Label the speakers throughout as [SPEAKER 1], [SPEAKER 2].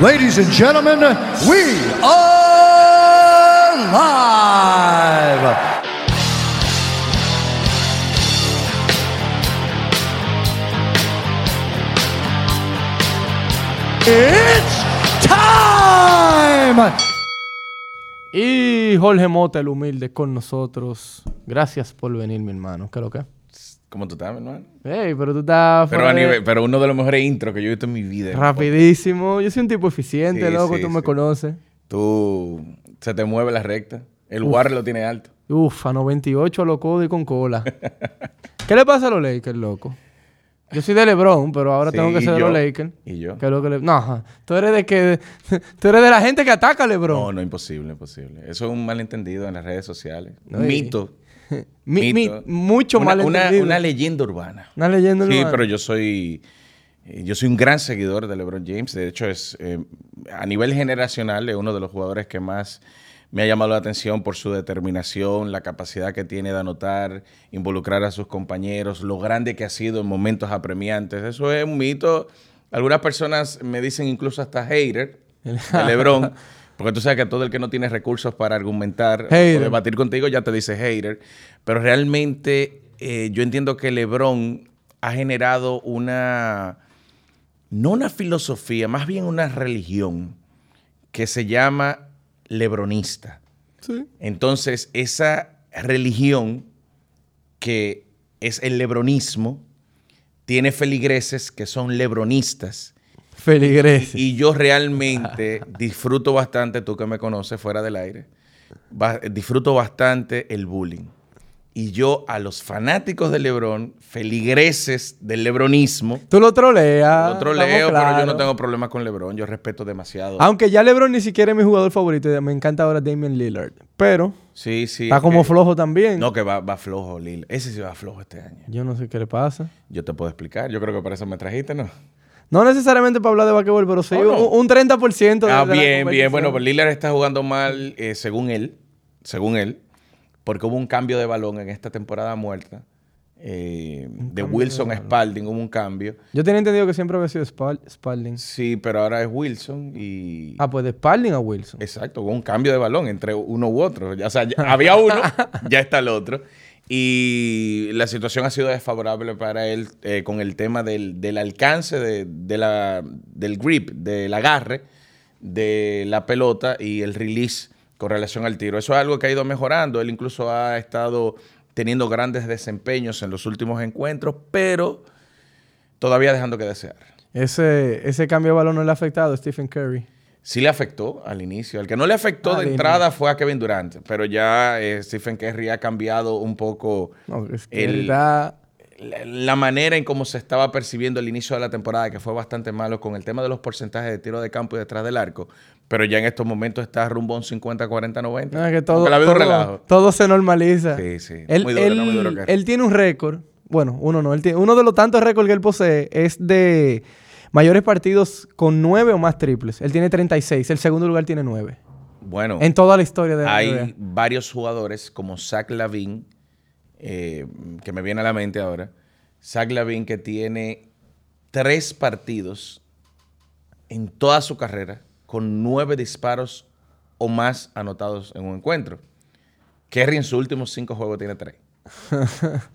[SPEAKER 1] Ladies and gentlemen, we are live. It's time.
[SPEAKER 2] Y Jorge Mota, el humilde, con nosotros. Gracias por venir, mi hermano. ¿Qué es lo que?
[SPEAKER 3] ¿Cómo tú estás, mi hermano?
[SPEAKER 2] Ey, pero tú estás
[SPEAKER 3] Pero,
[SPEAKER 2] fuera
[SPEAKER 3] a
[SPEAKER 2] de-
[SPEAKER 3] nivel- pero uno de los mejores intros que yo he visto en mi vida.
[SPEAKER 2] rapidísimo. Yo soy un tipo eficiente,
[SPEAKER 3] Sí,
[SPEAKER 2] loco.
[SPEAKER 3] sí,
[SPEAKER 2] tú me
[SPEAKER 3] sí.
[SPEAKER 2] conoces.
[SPEAKER 3] Tú se te mueve la recta. El Warrior lo tiene alto.
[SPEAKER 2] Uf, a 98 a lo codo y con cola. ¿Qué le pasa a los Lakers, loco? Yo soy de LeBron, pero ahora
[SPEAKER 3] Sí,
[SPEAKER 2] tengo que
[SPEAKER 3] y
[SPEAKER 2] ser de
[SPEAKER 3] yo.
[SPEAKER 2] los Lakers.
[SPEAKER 3] Y yo.
[SPEAKER 2] ¿Qué es lo que le- No, ajá. tú eres de que... tú eres de la gente que ataca a LeBron.
[SPEAKER 3] No, no, imposible, imposible. Eso es un malentendido en las redes sociales.
[SPEAKER 2] No, y-
[SPEAKER 3] mito.
[SPEAKER 2] Mi- mi-
[SPEAKER 3] mito.
[SPEAKER 2] mucho
[SPEAKER 3] Una-
[SPEAKER 2] mal
[SPEAKER 3] una,
[SPEAKER 2] entendido.
[SPEAKER 3] una leyenda urbana.
[SPEAKER 2] Una leyenda
[SPEAKER 3] Sí,
[SPEAKER 2] urbana.
[SPEAKER 3] pero yo soy, eh, yo soy un gran seguidor de LeBron James. De hecho, es eh, a nivel generacional es uno de los jugadores que más me ha llamado la atención por su determinación, la capacidad que tiene de anotar, involucrar a sus compañeros, lo grande que ha sido en momentos apremiantes. Eso es un mito. Algunas personas me dicen incluso hasta hater de LeBron. Porque tú sabes que todo el que no tiene recursos para argumentar
[SPEAKER 2] Hater.
[SPEAKER 3] o debatir contigo ya te dice hater. Pero realmente eh, yo entiendo que LeBron ha generado una, no una filosofía, más bien una religión que se llama lebronista.
[SPEAKER 2] Sí.
[SPEAKER 3] Entonces, esa religión que es el lebronismo tiene feligreses que son lebronistas.
[SPEAKER 2] Feligreses.
[SPEAKER 3] Y yo realmente disfruto bastante, tú que me conoces fuera del aire, ba- disfruto bastante el bullying. Y yo a los fanáticos del Lebron, feligreses del Lebronismo,
[SPEAKER 2] Tú lo troleas.
[SPEAKER 3] lo troleo,
[SPEAKER 2] Ah, estamos
[SPEAKER 3] pero yo no
[SPEAKER 2] claros. Ah,
[SPEAKER 3] tengo problemas con Lebron, yo respeto demasiado.
[SPEAKER 2] Aunque ya LeBron ni siquiera es mi jugador favorito. Me encanta ahora Damian Lillard. Pero
[SPEAKER 3] sí, sí.
[SPEAKER 2] está
[SPEAKER 3] es
[SPEAKER 2] como
[SPEAKER 3] que-
[SPEAKER 2] flojo también.
[SPEAKER 3] No, que va, va flojo, Lil. Ese sí va flojo este año.
[SPEAKER 2] Yo no sé qué le pasa.
[SPEAKER 3] Yo te puedo explicar, yo creo que para eso me trajiste, ¿no?
[SPEAKER 2] No necesariamente para hablar de basquetbol, pero sí
[SPEAKER 3] Oh, no.
[SPEAKER 2] un, un 30% de
[SPEAKER 3] Ah,
[SPEAKER 2] de la
[SPEAKER 3] bien, bien.
[SPEAKER 2] competición.
[SPEAKER 3] Bueno, pues Lillard está jugando mal, eh, según él, según él, porque hubo un cambio de balón en esta temporada muerta. eh, de
[SPEAKER 2] cambio
[SPEAKER 3] Wilson a Spalding hubo un cambio.
[SPEAKER 2] Yo tenía entendido que siempre había sido Spal- Spalding.
[SPEAKER 3] Sí, pero ahora es Wilson y...
[SPEAKER 2] Ah, pues de Spalding a Wilson.
[SPEAKER 3] Exacto, hubo un cambio de balón entre uno u otro. Ya, O sea, ya había uno, ya está el otro. Y la situación ha sido desfavorable para él eh, con el tema del, del alcance, de, de la, del grip, del agarre de la pelota y el release con relación al tiro. Eso es algo que ha ido mejorando. Él incluso ha estado teniendo grandes desempeños en los últimos encuentros, pero todavía dejando que desear.
[SPEAKER 2] Ese, ese cambio de balón no le ha afectado a Stephen Curry.
[SPEAKER 3] Sí le afectó al inicio. El que no le afectó
[SPEAKER 2] Al
[SPEAKER 3] de entrada fue a Kevin Durant, pero ya eh, Stephen Curry ha cambiado un poco
[SPEAKER 2] No, es que
[SPEAKER 3] El-
[SPEAKER 2] él está-
[SPEAKER 3] la, la manera en cómo se estaba percibiendo el inicio de la temporada, que fue bastante malo con el tema de los porcentajes de tiro de campo y detrás del arco, pero ya en estos momentos está rumbo a un 50, 40, 90.
[SPEAKER 2] no, es que
[SPEAKER 3] Aunque
[SPEAKER 2] todo,
[SPEAKER 3] la vida es un
[SPEAKER 2] todo,
[SPEAKER 3] relajo.
[SPEAKER 2] todo se normaliza.
[SPEAKER 3] Sí, sí.
[SPEAKER 2] Él,
[SPEAKER 3] muy duro,
[SPEAKER 2] él-
[SPEAKER 3] no, muy duro, Curry.
[SPEAKER 2] él tiene un récord. Bueno, uno no. Él tiene, uno de los tantos récords que él posee es de mayores partidos con nueve o más triples. Él tiene 36. El segundo lugar tiene nueve.
[SPEAKER 3] Bueno,
[SPEAKER 2] En toda la historia de la
[SPEAKER 3] hay
[SPEAKER 2] NBA.
[SPEAKER 3] varios jugadores como Zach Lavin, eh, que me viene a la mente ahora. Zach Lavin que tiene tres partidos en toda su carrera con nueve disparos o más anotados en un encuentro. Kerry en sus últimos cinco juegos tiene tres.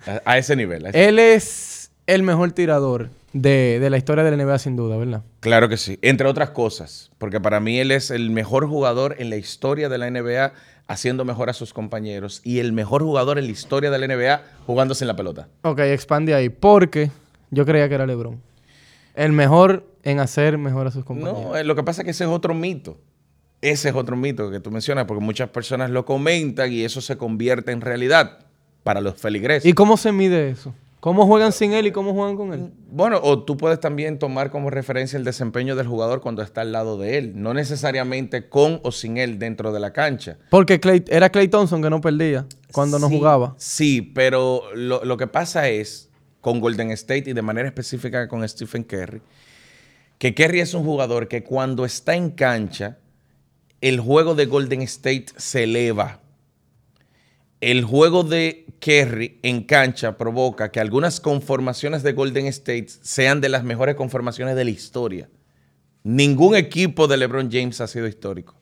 [SPEAKER 3] A, a ese nivel. a ese-
[SPEAKER 2] Él es el mejor tirador de, de la historia de la NBA, sin duda, ¿verdad?
[SPEAKER 3] Claro que sí. Entre otras cosas, porque para mí él es el mejor jugador en la historia de la NBA haciendo mejor a sus compañeros y el mejor jugador en la historia de la NBA jugándose en la pelota.
[SPEAKER 2] Ok, expande ahí. Porque yo creía que era LeBron. El mejor en hacer mejor a sus compañeros.
[SPEAKER 3] No, eh, lo que pasa es que ese es otro mito. Ese es otro mito que tú mencionas, porque muchas personas lo comentan y eso se convierte en realidad para los feligreses.
[SPEAKER 2] ¿Y cómo se mide eso? ¿Cómo juegan sin él y cómo juegan con él?
[SPEAKER 3] Bueno, o tú puedes también tomar como referencia el desempeño del jugador cuando está al lado de él, no necesariamente con o sin él dentro de la cancha.
[SPEAKER 2] Porque Klay- era Clay Thompson que no perdía cuando no
[SPEAKER 3] Sí,
[SPEAKER 2] jugaba.
[SPEAKER 3] Sí, pero lo, lo que pasa es con Golden State y de manera específica con Stephen Curry, que Curry es un jugador que cuando está en cancha, el juego de Golden State se eleva. El juego de Curry en cancha provoca que algunas conformaciones de Golden State sean de las mejores conformaciones de la historia Ningún equipo de LeBron James ha sido histórico.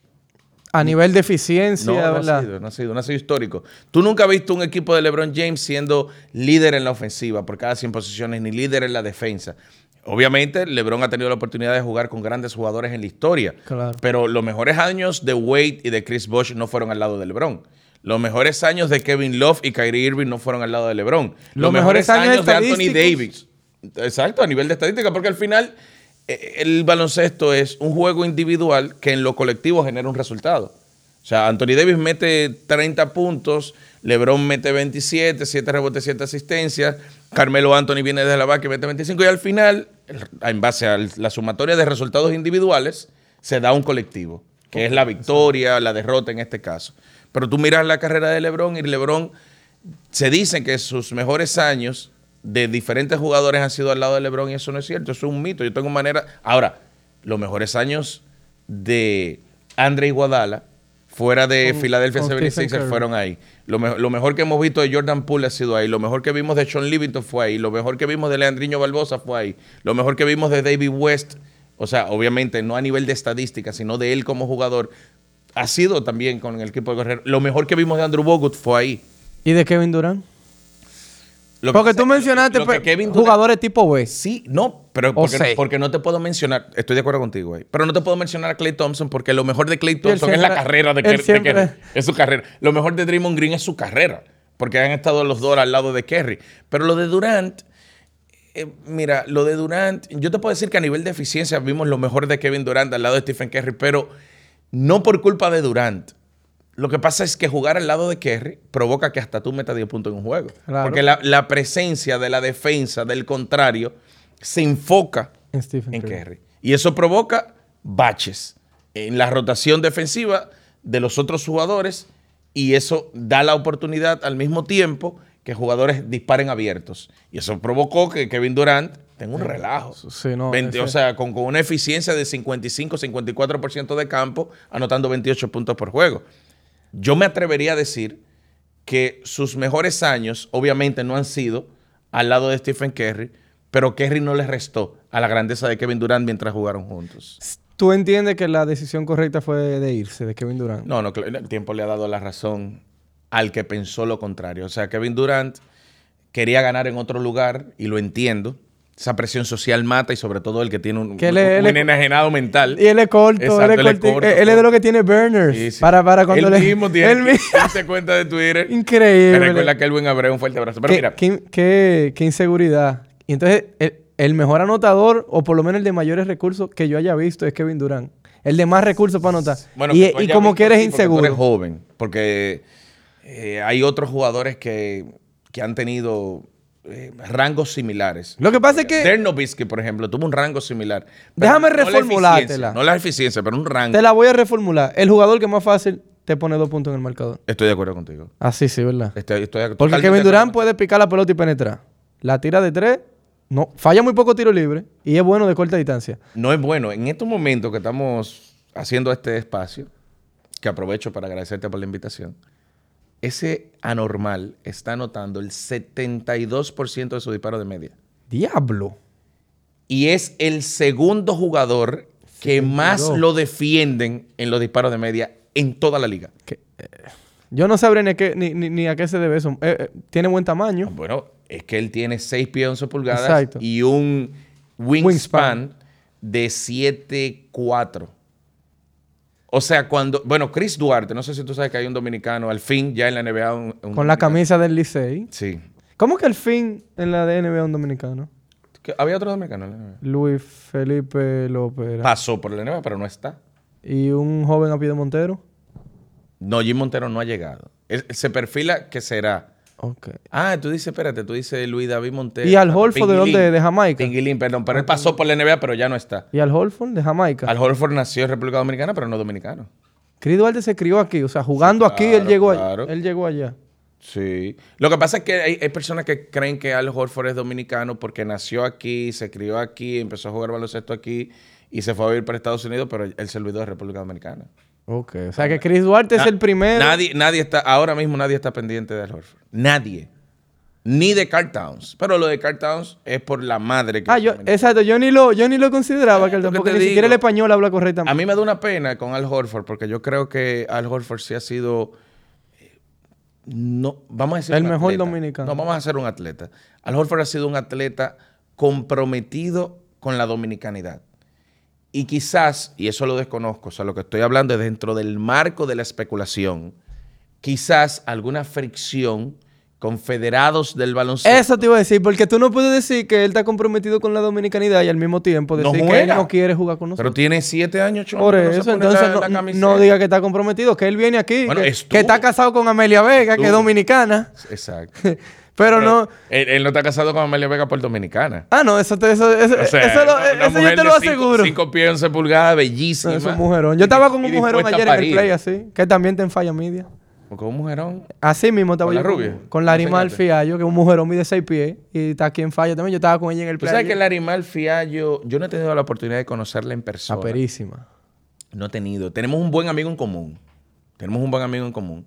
[SPEAKER 2] A nivel de
[SPEAKER 3] No,
[SPEAKER 2] eficiencia,
[SPEAKER 3] no ha
[SPEAKER 2] ¿verdad?
[SPEAKER 3] sido, no ha sido, no ha sido histórico. Tú nunca has visto un equipo de LeBron James siendo líder en la ofensiva por cada 100 posiciones, ni líder en la defensa. Obviamente, LeBron ha tenido la oportunidad de jugar con grandes jugadores en la historia.
[SPEAKER 2] Claro.
[SPEAKER 3] Pero los mejores años de Wade y de Chris Bosh no fueron al lado de LeBron. Los mejores años de Kevin Love y Kyrie Irving no fueron al lado de LeBron. Los,
[SPEAKER 2] mejores años
[SPEAKER 3] de Anthony
[SPEAKER 2] estadísticos.
[SPEAKER 3] Davis. Exacto, a nivel de estadística, porque al final eh, el baloncesto es un juego individual que en lo colectivo genera un resultado. O sea, Anthony Davis mete 30 puntos, LeBron mete 27, 7 rebotes, 7 asistencias, Carmelo Anthony viene desde la vaca y mete 25 y al final, en base a la sumatoria de resultados individuales, se da un colectivo, que es la victoria, la derrota en este caso. Pero tú miras la carrera de LeBron y LeBron se dicen que sus mejores años de diferentes jugadores han sido al lado de LeBron y eso no es cierto, eso es un mito. Yo tengo manera. Ahora, los mejores años de Andre Iguodala fuera de
[SPEAKER 2] Con-
[SPEAKER 3] Philadelphia
[SPEAKER 2] con Stephen
[SPEAKER 3] 76ers
[SPEAKER 2] Curry.
[SPEAKER 3] fueron ahí. Lo, me- lo mejor que hemos visto de Jordan Poole ha sido ahí. Lo mejor que vimos de Sean Livingston fue ahí. Lo mejor que vimos de Leandriño Barbosa fue ahí. Lo mejor que vimos de David West, o sea, obviamente no a nivel de estadística, sino de él como jugador, ha sido también con el equipo de Guerrero. Lo mejor que vimos de Andrew Bogut fue ahí.
[SPEAKER 2] ¿Y de Kevin Durant?
[SPEAKER 3] Lo que-
[SPEAKER 2] Porque tú mencionaste
[SPEAKER 3] lo que
[SPEAKER 2] pe-
[SPEAKER 3] Kevin Durant-
[SPEAKER 2] jugadores tipo B.
[SPEAKER 3] Sí, no, pero
[SPEAKER 2] sé.
[SPEAKER 3] porque, porque no te puedo mencionar, estoy de acuerdo contigo, güey, pero no te puedo mencionar a Clay Thompson porque lo mejor de Clay Thompson es la
[SPEAKER 2] siempre-
[SPEAKER 3] carrera de
[SPEAKER 2] él
[SPEAKER 3] Kerr- de
[SPEAKER 2] siempre-
[SPEAKER 3] Kerry. Es su carrera. Lo mejor de Draymond Green es su carrera, porque han estado los dos al lado de Kerry. Pero lo de Durant, eh, mira, lo de Durant, yo te puedo decir que a nivel de eficiencia vimos lo mejor de Kevin Durant al lado de Stephen Kerry, pero no por culpa de Durant. Lo que pasa es que jugar al lado de Kerry provoca que hasta tú metas 10 puntos en un juego.
[SPEAKER 2] Claro.
[SPEAKER 3] Porque la, la presencia de la defensa del contrario se enfoca
[SPEAKER 2] En Stephen
[SPEAKER 3] en
[SPEAKER 2] Curry.
[SPEAKER 3] Kerry. Y eso provoca baches en la rotación defensiva de los otros jugadores y eso da la oportunidad al mismo tiempo que jugadores disparen abiertos. Y eso provocó que Kevin Durant tenga un relajo.
[SPEAKER 2] Sí, no,
[SPEAKER 3] 20,
[SPEAKER 2] ese-
[SPEAKER 3] o sea, con, con una eficiencia de 55-54% de campo, anotando 28 puntos por juego. Yo me atrevería a decir que sus mejores años, obviamente, no han sido al lado de Stephen Curry, pero Curry no les restó a la grandeza de Kevin Durant mientras jugaron juntos.
[SPEAKER 2] ¿Tú entiendes que la decisión correcta fue de irse de Kevin Durant?
[SPEAKER 3] No, no, claro, el tiempo le ha dado la razón al que pensó lo contrario. O sea, Kevin Durant quería ganar en otro lugar y lo entiendo. Esa presión social mata y sobre todo el que tiene un,
[SPEAKER 2] Que le-
[SPEAKER 3] un
[SPEAKER 2] le-
[SPEAKER 3] enajenado mental.
[SPEAKER 2] Y él es corto,
[SPEAKER 3] Exacto,
[SPEAKER 2] él es corti-
[SPEAKER 3] corto,
[SPEAKER 2] eh, Él es de lo que tiene burners.
[SPEAKER 3] Sí, sí.
[SPEAKER 2] Para, para cuando
[SPEAKER 3] él
[SPEAKER 2] le.
[SPEAKER 3] mismo tiene
[SPEAKER 2] él mi-
[SPEAKER 3] 15 cuentas de Twitter. Me
[SPEAKER 2] Increíble.
[SPEAKER 3] recuerda que Elwin Abreu, un fuerte abrazo. Pero
[SPEAKER 2] qué,
[SPEAKER 3] mira,
[SPEAKER 2] qué- qué- qué inseguridad. Y entonces, el, el mejor anotador, o por lo menos el de mayores recursos que yo haya visto, es Kevin Durant. El de más recursos para anotar. y e-
[SPEAKER 3] que tú
[SPEAKER 2] y
[SPEAKER 3] hayas
[SPEAKER 2] como
[SPEAKER 3] visto
[SPEAKER 2] que eres
[SPEAKER 3] así, porque tú
[SPEAKER 2] inseguro.
[SPEAKER 3] eres joven, porque eh, hay otros jugadores que, que han tenido eh, rangos similares.
[SPEAKER 2] Lo que pasa es que
[SPEAKER 3] Ternovsky, por ejemplo, tuvo un rango similar.
[SPEAKER 2] Déjame
[SPEAKER 3] no la
[SPEAKER 2] reformulártela.
[SPEAKER 3] eficiencia, No la eficiencia, pero un rango.
[SPEAKER 2] te la voy a reformular. El jugador que más fácil te pone dos puntos en el marcador.
[SPEAKER 3] Estoy de acuerdo contigo.
[SPEAKER 2] Así sí, ¿verdad?
[SPEAKER 3] Estoy, estoy de-
[SPEAKER 2] Porque
[SPEAKER 3] totalmente
[SPEAKER 2] Kevin
[SPEAKER 3] de
[SPEAKER 2] Durant
[SPEAKER 3] acuerdo.
[SPEAKER 2] puede picar la pelota y penetrar. La tira de tres, no, falla muy poco tiro libre y es bueno de corta distancia.
[SPEAKER 3] No es bueno. En estos momentos que estamos haciendo este espacio, que aprovecho para agradecerte por la invitación, ese anormal está anotando el 72% de su disparo de media.
[SPEAKER 2] Diablo.
[SPEAKER 3] y es el segundo jugador que más lo defienden en los disparos de media en toda la liga.
[SPEAKER 2] Yo no sabré ni a qué, ni, ni- ni a qué se debe eso. Eh, eh, tiene buen tamaño.
[SPEAKER 3] Bueno, es que él tiene 6 pies 11 pulgadas
[SPEAKER 2] Exacto.
[SPEAKER 3] y un
[SPEAKER 2] Wingspan.
[SPEAKER 3] wingspan, de 7'4". O sea, cuando... Bueno, Chris Duarte, no sé si tú sabes que hay un dominicano, al fin, ya en la NBA... un- un
[SPEAKER 2] Con la
[SPEAKER 3] dominicano.
[SPEAKER 2] camisa del Licey.
[SPEAKER 3] Sí.
[SPEAKER 2] ¿Cómo que el fin en la de NBA un dominicano?
[SPEAKER 3] Que Había otro dominicano en la NBA.
[SPEAKER 2] Luis Felipe López. era.
[SPEAKER 3] Pasó por la NBA, pero no está.
[SPEAKER 2] Y un joven apellido Montero.
[SPEAKER 3] No, Jim Montero no ha llegado. Él- se perfila que será...
[SPEAKER 2] Ok.
[SPEAKER 3] Ah, tú dices, espérate, tú dices Luis David Montero.
[SPEAKER 2] ¿Y Al Holford de
[SPEAKER 3] Pinguilín.
[SPEAKER 2] dónde? ¿De Jamaica?
[SPEAKER 3] Pinguilín, perdón, pero él pasó por la NBA, pero ya no está.
[SPEAKER 2] Y al Holford de Jamaica.
[SPEAKER 3] Al Holford nació en República Dominicana, pero no dominicano.
[SPEAKER 2] Chris Duarte se crió aquí. O sea, jugando aquí, él
[SPEAKER 3] claro,
[SPEAKER 2] llegó a-
[SPEAKER 3] claro.
[SPEAKER 2] Él llegó allá.
[SPEAKER 3] Sí. Lo que pasa es que hay, hay personas que creen que Al Holford es dominicano porque nació aquí, se crió aquí, empezó a jugar baloncesto aquí y se fue a vivir para Estados Unidos, pero él se olvidó de República Dominicana.
[SPEAKER 2] Ok. O sea, que Chris Duarte es
[SPEAKER 3] Na-
[SPEAKER 2] el primero.
[SPEAKER 3] Nadie, nadie está, ahora mismo nadie está pendiente de Al Holford. Nadie. ni de Carl Towns. Pero lo de Carl Towns es por la madre que.
[SPEAKER 2] Ah, yo,
[SPEAKER 3] comenté.
[SPEAKER 2] exacto, yo ni lo, yo ni lo consideraba, que
[SPEAKER 3] Eh, lo que
[SPEAKER 2] porque
[SPEAKER 3] te
[SPEAKER 2] ni
[SPEAKER 3] digo.
[SPEAKER 2] siquiera el español habla correctamente.
[SPEAKER 3] A mí me da una pena con Al Horford, porque yo creo que Al Horford sí ha sido. eh, No, vamos a decir
[SPEAKER 2] El
[SPEAKER 3] un
[SPEAKER 2] mejor
[SPEAKER 3] atleta.
[SPEAKER 2] dominicano.
[SPEAKER 3] No, vamos a ser un atleta. Al Horford ha sido un atleta comprometido con la dominicanidad. Y quizás, y eso lo desconozco, o sea, lo que estoy hablando es dentro del marco de la especulación, quizás alguna fricción con federados del baloncesto.
[SPEAKER 2] Eso te iba a decir, porque tú no puedes decir que él está comprometido con la dominicanidad y al mismo tiempo
[SPEAKER 3] No
[SPEAKER 2] decir que
[SPEAKER 3] juega.
[SPEAKER 2] él no quiere jugar con
[SPEAKER 3] Pero
[SPEAKER 2] nosotros.
[SPEAKER 3] tiene siete años, chon,
[SPEAKER 2] Por
[SPEAKER 3] que no se
[SPEAKER 2] eso,
[SPEAKER 3] pone la-
[SPEAKER 2] entonces
[SPEAKER 3] la
[SPEAKER 2] no,
[SPEAKER 3] camiseta.
[SPEAKER 2] no diga que está comprometido, que él viene aquí,
[SPEAKER 3] Bueno,
[SPEAKER 2] que,
[SPEAKER 3] estuvo.
[SPEAKER 2] que está casado con Amelia Vega, que es
[SPEAKER 3] Estuvo.
[SPEAKER 2] dominicana,
[SPEAKER 3] Exacto.
[SPEAKER 2] pero no...
[SPEAKER 3] Él, él no está casado con Amelia Vega por dominicana.
[SPEAKER 2] Ah, no, eso, te- eso, eso,
[SPEAKER 3] O sea,
[SPEAKER 2] eso lo-
[SPEAKER 3] una- una
[SPEAKER 2] eso yo
[SPEAKER 3] mujer
[SPEAKER 2] te lo
[SPEAKER 3] de cinco-
[SPEAKER 2] aseguro.
[SPEAKER 3] Cinco pies, 11 pulgadas, bellísima.
[SPEAKER 2] No, eso es un mujerón. Yo estaba con
[SPEAKER 3] Y
[SPEAKER 2] un mujerón
[SPEAKER 3] dispuesta a
[SPEAKER 2] ayer en el
[SPEAKER 3] parir.
[SPEAKER 2] play así, que también te en Falla Media.
[SPEAKER 3] Con un mujerón.
[SPEAKER 2] Así mismo estaba
[SPEAKER 3] ¿Con
[SPEAKER 2] yo.
[SPEAKER 3] la rubia?
[SPEAKER 2] Con, con Larima
[SPEAKER 3] Enséñate.
[SPEAKER 2] Alfiallo, que es un mujerón mide seis pies y está aquí en Falla también. Yo estaba con ella en el
[SPEAKER 3] Tú
[SPEAKER 2] play.
[SPEAKER 3] sabes que
[SPEAKER 2] ayer. Ah,
[SPEAKER 3] Larimal Fiallo, yo no he tenido la oportunidad de conocerla en persona.
[SPEAKER 2] Aperísima.
[SPEAKER 3] No he tenido. Tenemos un buen amigo en común. Tenemos un buen amigo en común.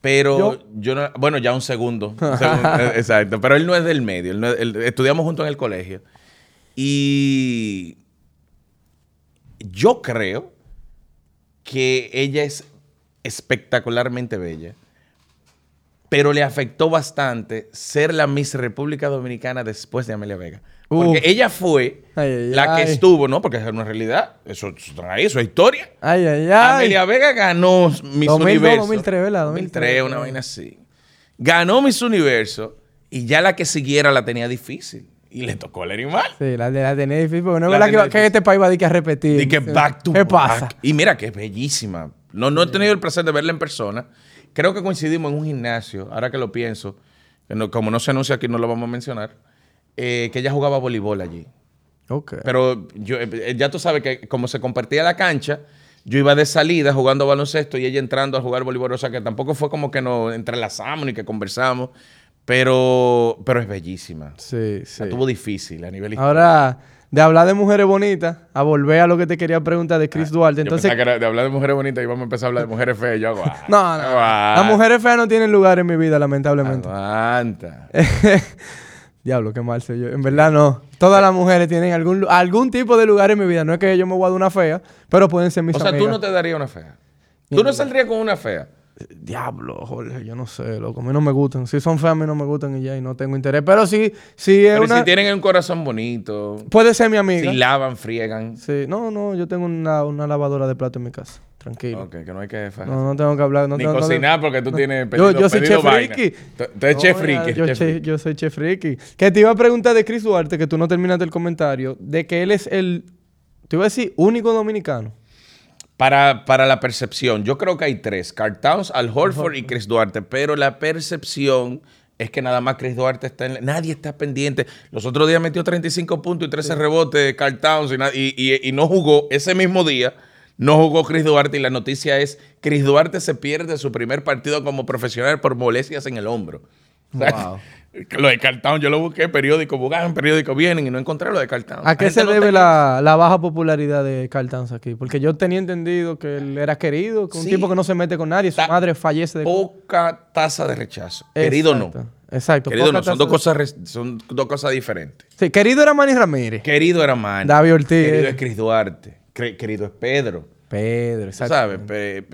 [SPEAKER 3] Pero
[SPEAKER 2] ¿Yo?
[SPEAKER 3] yo, no, bueno, ya un segundo. Un segundo, eh, exacto. Pero él no es del medio. él no es- él- estudiamos juntos en el colegio. Y yo creo que ella es espectacularmente bella. Pero le afectó bastante ser la Miss República Dominicana después de Amelia Vega. Porque
[SPEAKER 2] Uf.
[SPEAKER 3] ella fue
[SPEAKER 2] Ay, ay,
[SPEAKER 3] la que
[SPEAKER 2] ay.
[SPEAKER 3] estuvo, ¿no? Porque es una realidad. Eso, eso está ahí, eso es historia.
[SPEAKER 2] Ay, ay, ay.
[SPEAKER 3] Amelia Vega ganó Miss
[SPEAKER 2] 2002,
[SPEAKER 3] Universo.
[SPEAKER 2] 2003, ¿verdad? 2003,
[SPEAKER 3] una vaina así. Ganó Miss Universo y ya la que siguiera la tenía difícil. Y le tocó el animal.
[SPEAKER 2] Sí, la, la tenía difícil, porque no es
[SPEAKER 3] La
[SPEAKER 2] verdad que,
[SPEAKER 3] tenía
[SPEAKER 2] va- que
[SPEAKER 3] difícil.
[SPEAKER 2] este país va a decir que a repetir.
[SPEAKER 3] Y que back to
[SPEAKER 2] ¿Qué
[SPEAKER 3] back.
[SPEAKER 2] pasa?
[SPEAKER 3] Y mira que es bellísima. No, no he tenido el placer de verla en persona. Creo que coincidimos en un gimnasio, ahora que lo pienso. que no- como no se anuncia aquí, no lo vamos a mencionar. eh, que ella jugaba voleibol allí.
[SPEAKER 2] Ok.
[SPEAKER 3] Pero yo, eh, ya tú sabes que como se compartía la cancha, yo iba de salida jugando baloncesto y ella entrando a jugar voleibol. O sea que tampoco fue como que nos entrelazamos ni que conversamos. Pero, pero es bellísima.
[SPEAKER 2] sí, sí. Ah,
[SPEAKER 3] La tuvo difícil a nivel histórico.
[SPEAKER 2] Ahora, de hablar de mujeres bonitas, a volver a lo que te quería preguntar de Chris Duarte.
[SPEAKER 3] Ah, Yo
[SPEAKER 2] Entonces,
[SPEAKER 3] pensaba que era de hablar de mujeres bonitas y vamos a empezar a hablar de mujeres feas. Yo aguanta.
[SPEAKER 2] no, no.
[SPEAKER 3] Ah,
[SPEAKER 2] Las mujeres feas no tienen lugar en mi vida, lamentablemente.
[SPEAKER 3] Aguanta.
[SPEAKER 2] Diablo, qué mal soy yo. En verdad, no. Todas las mujeres tienen algún, lu- algún tipo de lugar en mi vida. No es que yo me voy a dar una fea, pero pueden ser mis
[SPEAKER 3] O sea, tú
[SPEAKER 2] amigas.
[SPEAKER 3] no te darías una fea. Tú no saldrías con una fea.
[SPEAKER 2] Diablo, Jorge, yo no sé, loco. A mí no me gustan. Si son feas, a mí no me gustan y ya, y no tengo interés. Pero sí, sí es
[SPEAKER 3] Pero
[SPEAKER 2] una...
[SPEAKER 3] si tienen un corazón bonito,
[SPEAKER 2] Puede ser mi amiga.
[SPEAKER 3] si lavan, friegan.
[SPEAKER 2] Sí, no, no, yo tengo una, una lavadora de plato en mi casa. Tranquilo.
[SPEAKER 3] Ok, que no hay que fajar.
[SPEAKER 2] No, no tengo que hablar. No
[SPEAKER 3] Ni
[SPEAKER 2] tengo, no
[SPEAKER 3] cocinar porque tú tienes
[SPEAKER 2] Yo,
[SPEAKER 3] pedido-
[SPEAKER 2] yo soy
[SPEAKER 3] pedido
[SPEAKER 2] chef
[SPEAKER 3] vaina.
[SPEAKER 2] Ricky.
[SPEAKER 3] Tú- tú eres chef
[SPEAKER 2] mira,
[SPEAKER 3] Ricky,
[SPEAKER 2] Yo,
[SPEAKER 3] chef
[SPEAKER 2] che-
[SPEAKER 3] Ricky.
[SPEAKER 2] yo soy chef Ricky. Que te iba a preguntar de Chris Duarte, que tú no terminaste el comentario, de que él es el, te iba a decir, único dominicano.
[SPEAKER 3] Para, para la percepción, yo creo que hay tres: Carl Towns, Al Horford y Chris Duarte. Pero la percepción es que nada más Chris Duarte está en. la- nadie está pendiente. Los otros días metió 35 puntos y 13 rebotes Carl Towns y, na- y- y- y no jugó ese mismo día. No jugó Chris Duarte y la noticia es Chris Duarte se pierde su primer partido como profesional por molestias en el hombro. O sea, Lo de Carl Towns, yo lo busqué, periódico, buscaban, periódico vienen y no encontré lo de Carl Towns.
[SPEAKER 2] ¿A qué
[SPEAKER 3] gente
[SPEAKER 2] se
[SPEAKER 3] no
[SPEAKER 2] debe
[SPEAKER 3] tenía-
[SPEAKER 2] la, la baja popularidad de Carl Towns aquí? Porque yo tenía entendido que él era querido, que un
[SPEAKER 3] Sí.
[SPEAKER 2] tipo que no se mete con nadie, su
[SPEAKER 3] Ta-
[SPEAKER 2] madre fallece de...
[SPEAKER 3] Poca tasa de rechazo. Querido no.
[SPEAKER 2] Exacto, Exacto.
[SPEAKER 3] Querido
[SPEAKER 2] Poca
[SPEAKER 3] no, son
[SPEAKER 2] tasa
[SPEAKER 3] dos,
[SPEAKER 2] de-
[SPEAKER 3] cosas, res- son dos cosas diferentes.
[SPEAKER 2] Sí, querido era Manny Ramírez.
[SPEAKER 3] Querido era Manny.
[SPEAKER 2] David Ortiz.
[SPEAKER 3] Querido es Cris Duarte. Cre- Querido es Pedro.
[SPEAKER 2] Pedro,
[SPEAKER 3] Tú
[SPEAKER 2] exacto.
[SPEAKER 3] ¿Sabes? Pe-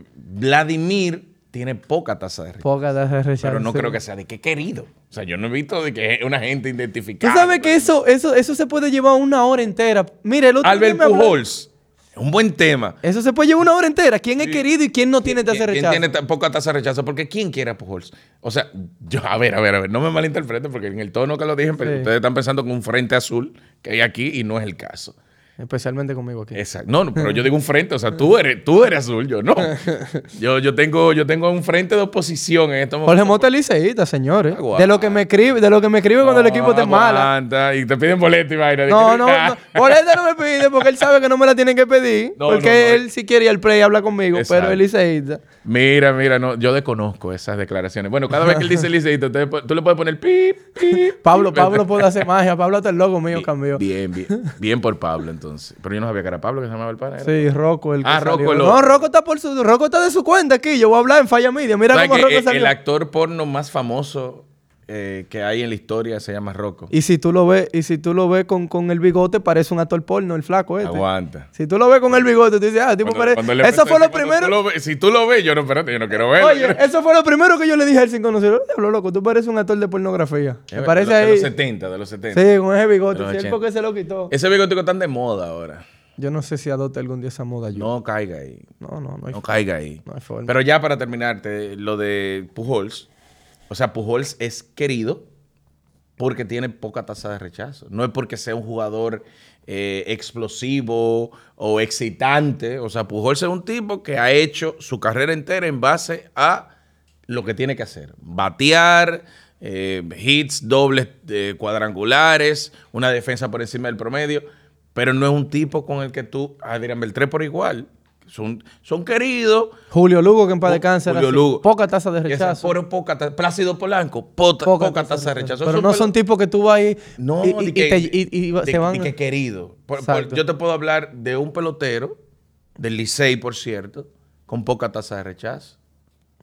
[SPEAKER 3] Vladimir tiene poca tasa de rechazo.
[SPEAKER 2] Poca tasa de rechazo,
[SPEAKER 3] Pero no
[SPEAKER 2] sí.
[SPEAKER 3] creo que sea de que querido. O sea, yo no he visto de que es una gente
[SPEAKER 2] Tú
[SPEAKER 3] identificada.
[SPEAKER 2] sabes que eso, eso, eso se puede llevar una hora entera. Mira, el otro día
[SPEAKER 3] Albert
[SPEAKER 2] me habló-
[SPEAKER 3] Pujols. Es un buen tema.
[SPEAKER 2] Eso se puede llevar una hora entera. ¿Quién es querido y quién no tiene tasa de
[SPEAKER 3] ¿Quién-
[SPEAKER 2] rechazo?
[SPEAKER 3] ¿Quién tiene tan poca tasa de rechazo? Porque ¿quién quiere a Pujols? O sea, yo, a ver, a ver, a ver, no me malinterpreten porque en el tono que lo dije, pero
[SPEAKER 2] Sí.
[SPEAKER 3] ustedes están pensando con un frente azul que hay aquí y no es el caso.
[SPEAKER 2] Especialmente conmigo aquí.
[SPEAKER 3] Exacto. No, no, pero yo digo un frente, o sea, tú eres, tú eres azul, yo no. Yo, yo, tengo, yo tengo un frente de oposición en estos
[SPEAKER 2] Jorge
[SPEAKER 3] momentos.
[SPEAKER 2] Mota es liceísta, señores.
[SPEAKER 3] Aguanta.
[SPEAKER 2] De lo que me escribe, de lo que me escribe cuando el equipo te mala.
[SPEAKER 3] Ah, Aguanta, Y te piden boleto y vaina. "Ah".
[SPEAKER 2] No, no, no. Por eso no me pide, porque él sabe que no me la tienen que pedir.
[SPEAKER 3] No,
[SPEAKER 2] porque
[SPEAKER 3] no, no.
[SPEAKER 2] él si quiere ir al play habla conmigo,
[SPEAKER 3] Exacto.
[SPEAKER 2] pero él liceísta.
[SPEAKER 3] Mira, mira, no, yo desconozco esas declaraciones. Bueno, cada vez que él dice liceíto, ustedes pu- tú le puedes poner pip, pip.
[SPEAKER 2] Pablo, Pablo puede hacer magia. Pablo está el logo mío, cambió.
[SPEAKER 3] Bien, bien. Bien por Pablo, entonces. Pero yo no sabía que era Pablo que se llamaba el pana. era.
[SPEAKER 2] Sí, Rocco el que
[SPEAKER 3] Ah, Rocco
[SPEAKER 2] salió.
[SPEAKER 3] el
[SPEAKER 2] No,
[SPEAKER 3] otro.
[SPEAKER 2] Rocco está por su Rocco está de su cuenta aquí. Yo voy a hablar en Falla Media. Mira
[SPEAKER 3] ¿Sabes
[SPEAKER 2] cómo
[SPEAKER 3] que
[SPEAKER 2] Rocco
[SPEAKER 3] el, el
[SPEAKER 2] salió.
[SPEAKER 3] actor porno más famoso eh, que hay en la historia se llama Rocco.
[SPEAKER 2] Y si tú lo ves, y si tú lo ves con, con el bigote, parece un actor porno, el flaco este.
[SPEAKER 3] Aguanta.
[SPEAKER 2] Si tú lo ves con el bigote, tú dices, ah, tipo
[SPEAKER 3] Cuando-
[SPEAKER 2] parece.
[SPEAKER 3] cuando él empezó
[SPEAKER 2] Eso
[SPEAKER 3] a
[SPEAKER 2] fue lo
[SPEAKER 3] decir, cuando
[SPEAKER 2] primero.
[SPEAKER 3] tú lo ves- si tú lo ves, yo no, espérate, yo no quiero verlo.
[SPEAKER 2] Oye, eh, eso fue lo primero que yo le dije a él sin conocerlo. Diablo, loco, tú pareces un actor de pornografía.
[SPEAKER 3] Es
[SPEAKER 2] Me
[SPEAKER 3] verdad,
[SPEAKER 2] parece
[SPEAKER 3] de, los-
[SPEAKER 2] ahí.
[SPEAKER 3] De los 70, de los 70.
[SPEAKER 2] Sí, con ese
[SPEAKER 3] De
[SPEAKER 2] bigote.
[SPEAKER 3] los
[SPEAKER 2] Si él
[SPEAKER 3] 80.
[SPEAKER 2] porque se lo quitó.
[SPEAKER 3] Ese bigotico tan de moda ahora.
[SPEAKER 2] Yo no sé si adopte algún día esa moda yo.
[SPEAKER 3] No caiga ahí.
[SPEAKER 2] No, no, no. hay-
[SPEAKER 3] No caiga ahí.
[SPEAKER 2] No hay forma.
[SPEAKER 3] Pero ya para terminarte, lo de Pujols. O sea, Pujols es querido porque tiene poca tasa de rechazo. No es porque sea un jugador eh, explosivo o excitante. O sea, Pujols es un tipo que ha hecho su carrera entera en base a lo que tiene que hacer. Batear, eh, hits, dobles eh, cuadrangulares, una defensa por encima del promedio. Pero no es un tipo con el que tú, ah, dirán, Beltré por igual. Son, son queridos,
[SPEAKER 2] Julio Lugo, que en paz
[SPEAKER 3] Ju-
[SPEAKER 2] descanse. era
[SPEAKER 3] Julio
[SPEAKER 2] así.
[SPEAKER 3] Lugo.
[SPEAKER 2] Poca tasa de
[SPEAKER 3] Ya sea
[SPEAKER 2] rechazo.
[SPEAKER 3] Por poca ta- Plácido Polanco, pota- poca, tasa de rechazo.
[SPEAKER 2] Pero
[SPEAKER 3] Son
[SPEAKER 2] no
[SPEAKER 3] pelo-
[SPEAKER 2] son tipos que tú vas ahí
[SPEAKER 3] No,
[SPEAKER 2] y,
[SPEAKER 3] di
[SPEAKER 2] y-
[SPEAKER 3] que,
[SPEAKER 2] y te- y- y
[SPEAKER 3] de-
[SPEAKER 2] se van.
[SPEAKER 3] de que querido. Por- por-
[SPEAKER 2] Exacto.
[SPEAKER 3] yo te puedo hablar de un pelotero, del Licey, por cierto, con poca tasa de rechazo.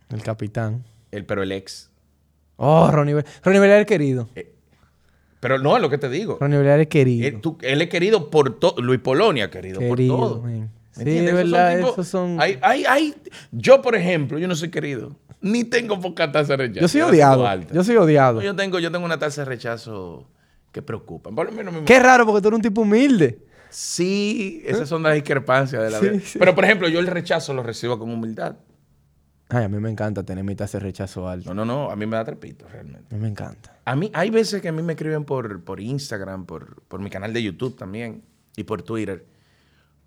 [SPEAKER 2] El capitán.
[SPEAKER 3] El, pero el ex.
[SPEAKER 2] Oh, Ronnie Bel- Ronnie Belair es querido.
[SPEAKER 3] Pero no, es lo que te digo.
[SPEAKER 2] Ronnie Belair es querido.
[SPEAKER 3] Él, tú- él es querido por todo. Luis Polonia, querido,
[SPEAKER 2] Querido,
[SPEAKER 3] por todo.
[SPEAKER 2] man.
[SPEAKER 3] ¿Me
[SPEAKER 2] Sí,
[SPEAKER 3] entiendes?
[SPEAKER 2] es verdad,
[SPEAKER 3] tipos-
[SPEAKER 2] esos son-
[SPEAKER 3] hay- hay- hay- Yo, por ejemplo, yo no soy querido. Ni tengo poca tasa de rechazo.
[SPEAKER 2] yo soy
[SPEAKER 3] la tengo
[SPEAKER 2] odiado.
[SPEAKER 3] alta.
[SPEAKER 2] Yo soy odiado.
[SPEAKER 3] Yo tengo, yo tengo una tasa de rechazo que preocupa. Por lo menos me-
[SPEAKER 2] Qué raro porque tú eres un tipo humilde.
[SPEAKER 3] Sí, esas son las discrepancias de la
[SPEAKER 2] Sí,
[SPEAKER 3] vida.
[SPEAKER 2] sí.
[SPEAKER 3] Pero, por ejemplo, yo el rechazo lo recibo con humildad.
[SPEAKER 2] Ay, a mí me encanta tener mi tasa de rechazo alto.
[SPEAKER 3] No, no, no. A mí me da trepito, realmente.
[SPEAKER 2] A mí me encanta.
[SPEAKER 3] A mí, hay veces que a mí me escriben por, por Instagram, por, por mi canal de YouTube también y por Twitter,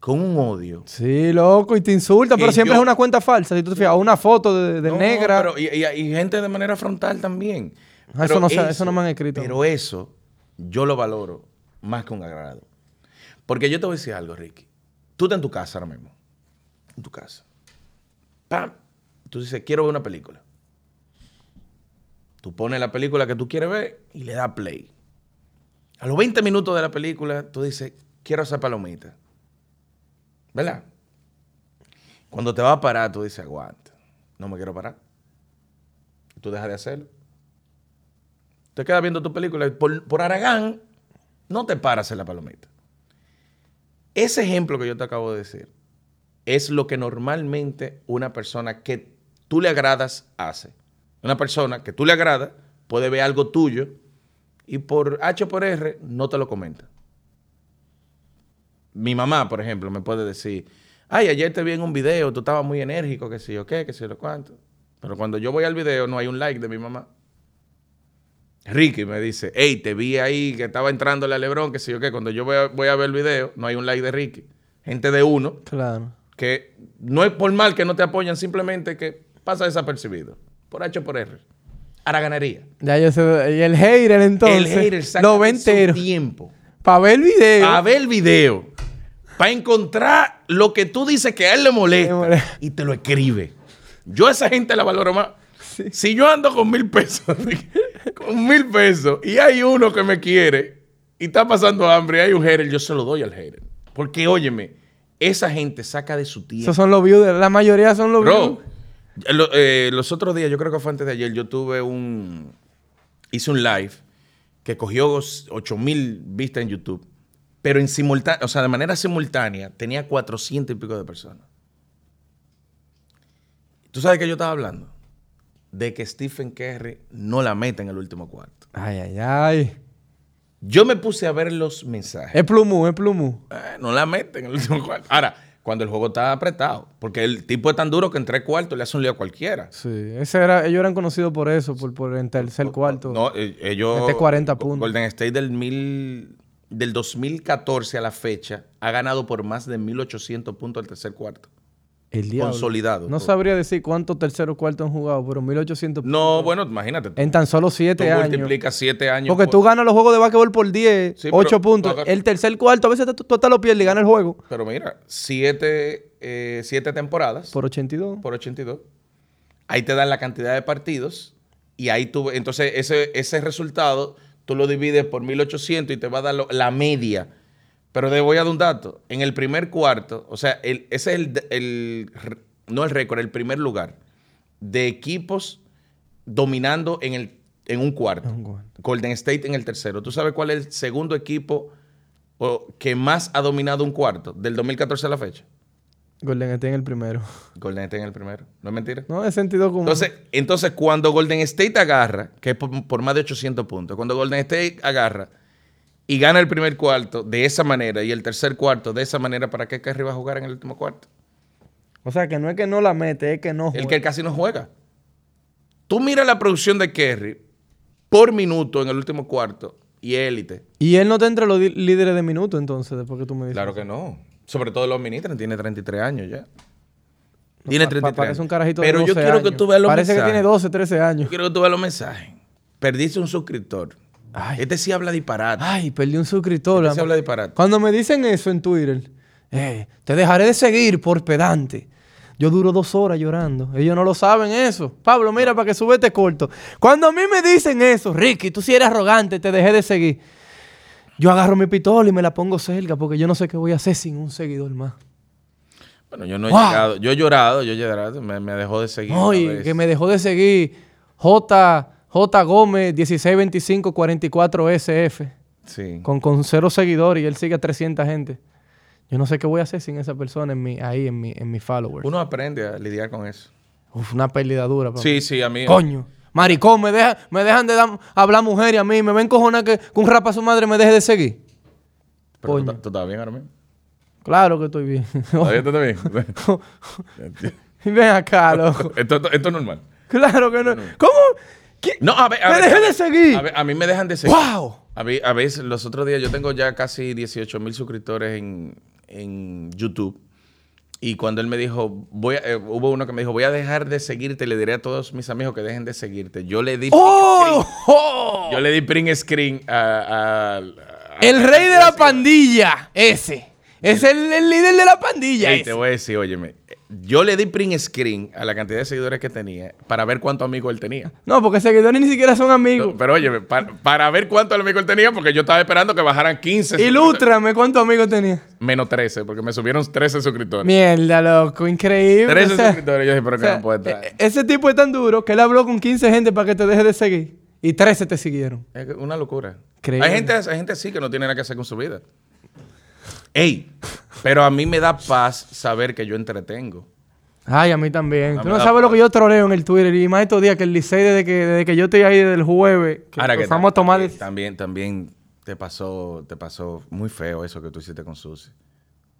[SPEAKER 3] con un odio.
[SPEAKER 2] Sí, loco, y te insultan,
[SPEAKER 3] Que
[SPEAKER 2] pero siempre
[SPEAKER 3] yo-
[SPEAKER 2] es una cuenta falsa. Si tú te fijas, o una foto de, de
[SPEAKER 3] No,
[SPEAKER 2] negra.
[SPEAKER 3] pero- y, y- y gente de manera frontal también.
[SPEAKER 2] Ah, eso no sé, eso no me han escrito.
[SPEAKER 3] Pero eso yo lo valoro más que un agrado. Porque yo te voy a decir algo, Ricky. Tú estás en tu casa ahora mismo. En tu casa. Pam. Tú dices, quiero ver una película. Tú pones la película que tú quieres ver y le das play. A los 20 minutos de la película, tú dices, quiero hacer palomitas. ¿Verdad? Cuando te vas a parar, tú dices, aguanta. No me quiero parar. Y Tú dejas de hacerlo. Te quedas viendo tu película y por, por Aragán no te paras en la palomita. Ese ejemplo que yo te acabo de decir es lo que normalmente una persona que tú le agradas hace. Una persona que tú le agradas puede ver algo tuyo y por H o por R no te lo comenta. Mi mamá, por ejemplo, me puede decir, ay, ayer te vi en un video, tú estabas muy enérgico, que sé yo qué, que sé yo cuánto. Pero cuando yo voy al video no hay un like de mi mamá. Ricky me dice, hey, te vi ahí que estaba entrando la Lebron, que sé yo qué. Cuando yo voy a, voy a ver el video, no hay un like de Ricky. Gente de uno,
[SPEAKER 2] Claro.
[SPEAKER 3] que no es por mal que no te apoyan, simplemente que pasa desapercibido. Por H o por R. Ahora ganaría.
[SPEAKER 2] Ya yo sé. Y el hater entonces.
[SPEAKER 3] el hater saca
[SPEAKER 2] Lo ve
[SPEAKER 3] de su
[SPEAKER 2] entero.
[SPEAKER 3] tiempo
[SPEAKER 2] Para ver el video.
[SPEAKER 3] a ver el video, para encontrar lo que tú dices que a él le molesta,
[SPEAKER 2] Le molesta.
[SPEAKER 3] y te lo escribe. Yo a esa gente la valoro más. Si yo ando con mil pesos, con mil pesos, y hay uno que me quiere y está pasando hambre, y hay un hater, yo se lo doy al hater. Porque, óyeme, esa gente saca de su tiempo.
[SPEAKER 2] Esos son los views. de- La mayoría son los views.
[SPEAKER 3] Bro, lo- eh, los otros días, yo creo que fue antes de ayer, yo tuve un. Hice un live que cogió 8 mil vistas en YouTube, pero en simultáneo, o sea, de manera simultánea, tenía 400 y pico de personas. ¿Tú sabes que yo estaba hablando? De que Stephen Curry no la meta en el último cuarto.
[SPEAKER 2] Ay, ay, ay.
[SPEAKER 3] Yo me puse a ver los mensajes.
[SPEAKER 2] Es plumú, es plumú.
[SPEAKER 3] Eh, no la meten en el último cuarto. Ahora, cuando el juego está apretado, porque el tipo es tan duro que en tres cuartos le hace un lío a cualquiera.
[SPEAKER 2] Sí. Ese era, ellos eran conocidos por eso, por, por en tercer cuarto.
[SPEAKER 3] No, eh, ellos.
[SPEAKER 2] Mete 40
[SPEAKER 3] Go-
[SPEAKER 2] puntos.
[SPEAKER 3] Golden State del, mil, del 2014 a la fecha ha ganado por más de 1800 puntos el tercer cuarto.
[SPEAKER 2] el diablo.
[SPEAKER 3] consolidado.
[SPEAKER 2] No sabría decir cuántos terceros cuartos han jugado, pero 1800
[SPEAKER 3] No, bueno, imagínate. tú-
[SPEAKER 2] en tan solo
[SPEAKER 3] tú
[SPEAKER 2] 7 años.
[SPEAKER 3] multiplicas 7 años.
[SPEAKER 2] Porque
[SPEAKER 3] por-
[SPEAKER 2] tú ganas los juegos de básquetbol por 10,
[SPEAKER 3] Sí, pero
[SPEAKER 2] 8
[SPEAKER 3] tú
[SPEAKER 2] puntos.
[SPEAKER 3] agar-
[SPEAKER 2] El tercer cuarto, a veces tú, tú hasta lo pierdes y ganas el juego.
[SPEAKER 3] Pero mira, 7 siete, eh, siete temporadas por,
[SPEAKER 2] Por 82.
[SPEAKER 3] 82. Ahí te dan la cantidad de partidos. Y ahí tú. Entonces, ese, ese resultado tú lo divides por 1800 y te va a dar lo- la media. Pero te voy a dar un dato. En el primer cuarto, o sea, el- ese es el, el- no el récord, el primer lugar de equipos dominando en el en un cuarto.
[SPEAKER 2] Es un cuarto.
[SPEAKER 3] Golden State en el tercero. ¿Tú sabes cuál es el segundo equipo o, que más ha dominado un cuarto del 2014 a la fecha?
[SPEAKER 2] Golden State en el primero.
[SPEAKER 3] Golden State en el primero. ¿No es mentira?
[SPEAKER 2] No, es sentido común.
[SPEAKER 3] Entonces, entonces, cuando Golden State agarra, que es por, por más de 800 puntos, cuando Golden State agarra y gana el primer cuarto de esa manera y el tercer cuarto de esa manera, ¿para qué Curry va a jugar en el último cuarto?
[SPEAKER 2] o sea, que no es que no la mete, es que no
[SPEAKER 3] El
[SPEAKER 2] juega.
[SPEAKER 3] que casi no juega. Tú mira la producción de Curry por minuto en el último cuarto y élite.
[SPEAKER 2] Y él no te entre los di- líderes de minuto, entonces, después que tú me dices.
[SPEAKER 3] Claro que no. Sobre todo los ministros, tiene 33 años ya. Tiene
[SPEAKER 2] Pa- pa-
[SPEAKER 3] 33
[SPEAKER 2] Parece un carajito de
[SPEAKER 3] Pero
[SPEAKER 2] 12
[SPEAKER 3] yo quiero que
[SPEAKER 2] años.
[SPEAKER 3] tú veas los
[SPEAKER 2] Parece que
[SPEAKER 3] mensajes.
[SPEAKER 2] tiene 12, 13
[SPEAKER 3] Yo
[SPEAKER 2] años.
[SPEAKER 3] quiero que tú veas los mensajes. Perdiste un suscriptor.
[SPEAKER 2] Ay. Ah.
[SPEAKER 3] Este sí habla disparate.
[SPEAKER 2] Ay, perdí un suscriptor.
[SPEAKER 3] Este sí
[SPEAKER 2] am-
[SPEAKER 3] habla disparate.
[SPEAKER 2] Cuando me dicen eso en Twitter, eh, te dejaré de seguir por pedante. Yo duro dos horas llorando. Ellos no lo saben eso. Pablo, mira, para que subete corto. Cuando a mí me dicen eso, Ricky, tú si eres arrogante, te dejé de seguir. Yo agarro mi pistola y me la pongo cerca porque yo no sé qué voy a hacer sin un seguidor más.
[SPEAKER 3] Bueno, yo no he
[SPEAKER 2] Wow.
[SPEAKER 3] llegado. Yo he llorado, yo he llorado. Me, me dejó de seguir.
[SPEAKER 2] No,
[SPEAKER 3] una
[SPEAKER 2] y
[SPEAKER 3] vez.
[SPEAKER 2] que me dejó de seguir J, J Gómez 162544SF
[SPEAKER 3] Sí.
[SPEAKER 2] con, con cero seguidores y él sigue a 300 gente. Yo no sé qué voy a hacer sin esa persona en mi, ahí en mi, en mi followers.
[SPEAKER 3] Uno aprende a lidiar con eso.
[SPEAKER 2] Uf, una pérdida dura. papá.
[SPEAKER 3] Sí, sí, a mí.
[SPEAKER 2] Coño. Maricón, me, deja, me dejan de dar- hablar mujer y a mí me ven cojonar que, que un rapa su madre me deje de seguir.
[SPEAKER 3] Pero
[SPEAKER 2] coño.
[SPEAKER 3] ¿tú, ta- tú estás bien ahora mismo?
[SPEAKER 2] Claro que estoy bien.
[SPEAKER 3] ¿Todavía tú estás bien?
[SPEAKER 2] ven acá, loco.
[SPEAKER 3] esto, esto- esto es normal.
[SPEAKER 2] Claro que no. ¿Cómo? ¿Qué?
[SPEAKER 3] No, a ver. a
[SPEAKER 2] me
[SPEAKER 3] ver,
[SPEAKER 2] dejé
[SPEAKER 3] a
[SPEAKER 2] de
[SPEAKER 3] ver,
[SPEAKER 2] seguir.
[SPEAKER 3] A, ver, a mí me dejan de seguir.
[SPEAKER 2] ¡Wow!
[SPEAKER 3] A, mí- a veces, los otros días yo tengo ya casi 18 mil suscriptores en, en YouTube. Y cuando él me dijo, voy a- eh, hubo uno que me dijo, voy a dejar de seguirte, le diré a todos mis amigos que dejen de seguirte. Yo le di
[SPEAKER 2] ¡Oh! ¡Oh!
[SPEAKER 3] Yo le di print screen a. a- a-
[SPEAKER 2] El rey de la pandilla, ese. Es el, el líder de la pandilla.
[SPEAKER 3] Ey,
[SPEAKER 2] ese.
[SPEAKER 3] te voy a decir, óyeme. Yo le di print screen a la cantidad de seguidores que tenía para ver cuántos amigos él tenía.
[SPEAKER 2] No, porque seguidores ni siquiera son amigos.
[SPEAKER 3] No, pero óyeme, para, para ver cuántos amigos él tenía, porque yo estaba esperando que bajaran 15.
[SPEAKER 2] Ilústrame cuántos amigos tenía.
[SPEAKER 3] suscriptores. Menos 13, porque me subieron 13 suscriptores.
[SPEAKER 2] Mierda, loco, increíble.
[SPEAKER 3] 13
[SPEAKER 2] o sea,
[SPEAKER 3] suscriptores. Yo dije, pero
[SPEAKER 2] o
[SPEAKER 3] que
[SPEAKER 2] sea,
[SPEAKER 3] no puede estar.
[SPEAKER 2] e- e- Ese tipo es tan duro que él habló con 15 gente para que te deje de seguir. Y 13 te siguieron.
[SPEAKER 3] Es una locura.
[SPEAKER 2] Increíble.
[SPEAKER 3] Hay gente, hay gente así que no tiene nada que hacer con su vida. Ey, pero a mí me da paz saber que yo entretengo.
[SPEAKER 2] Ay, a mí también.
[SPEAKER 3] A
[SPEAKER 2] Tú
[SPEAKER 3] mí
[SPEAKER 2] no
[SPEAKER 3] da-
[SPEAKER 2] sabes lo que yo troleo en el Twitter. Y más estos días que el Licey, desde que, desde que yo estoy ahí desde el jueves, que
[SPEAKER 3] Ahora que
[SPEAKER 2] empezamos a
[SPEAKER 3] tam-
[SPEAKER 2] tomar...
[SPEAKER 3] también, también también te pasó te pasó muy feo eso que tú hiciste con Susi.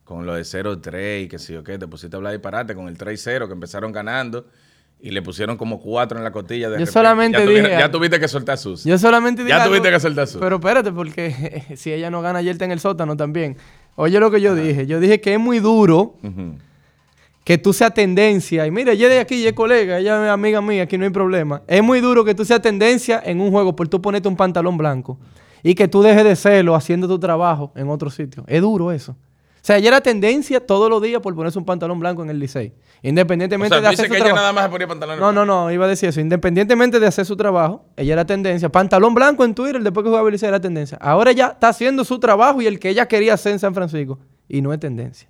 [SPEAKER 3] Con lo de 0-3 y que sí o qué, te pusiste a hablar disparate con el 3-0 que empezaron ganando y le pusieron como 4 en la costilla de
[SPEAKER 2] Yo
[SPEAKER 3] repente.
[SPEAKER 2] solamente
[SPEAKER 3] ya tuvieron-
[SPEAKER 2] dije-
[SPEAKER 3] ya tuviste que soltar a Susi.
[SPEAKER 2] Yo solamente digo
[SPEAKER 3] Ya
[SPEAKER 2] algo-
[SPEAKER 3] tuviste que soltar su-
[SPEAKER 2] Pero espérate, porque si ella no gana, ayer está en el sótano también. Oye lo que yo dije. Yo dije que es muy duro
[SPEAKER 3] Ujú.
[SPEAKER 2] que tú seas tendencia. Y mira, ella de aquí, ella es colega, ella es amiga mía, aquí no hay problema. Es muy duro que tú seas tendencia en un juego por tú ponerte un pantalón blanco y que tú dejes de serlo haciendo tu trabajo en otro sitio. Es duro eso. O sea, ella era tendencia todos los días por ponerse un pantalón blanco en el Licey.
[SPEAKER 3] O
[SPEAKER 2] Independientemente
[SPEAKER 3] sea,
[SPEAKER 2] de
[SPEAKER 3] tú
[SPEAKER 2] hacer
[SPEAKER 3] dices
[SPEAKER 2] su
[SPEAKER 3] que ella
[SPEAKER 2] trabajo.
[SPEAKER 3] nada más se ponía pantalones.
[SPEAKER 2] No, no, no, iba a decir eso. Independientemente de hacer su trabajo, ella era tendencia. Pantalón blanco en Twitter, después que jugaba Licey era tendencia. Ahora ella está haciendo su trabajo y el que ella quería hacer en San Francisco. Y no es tendencia.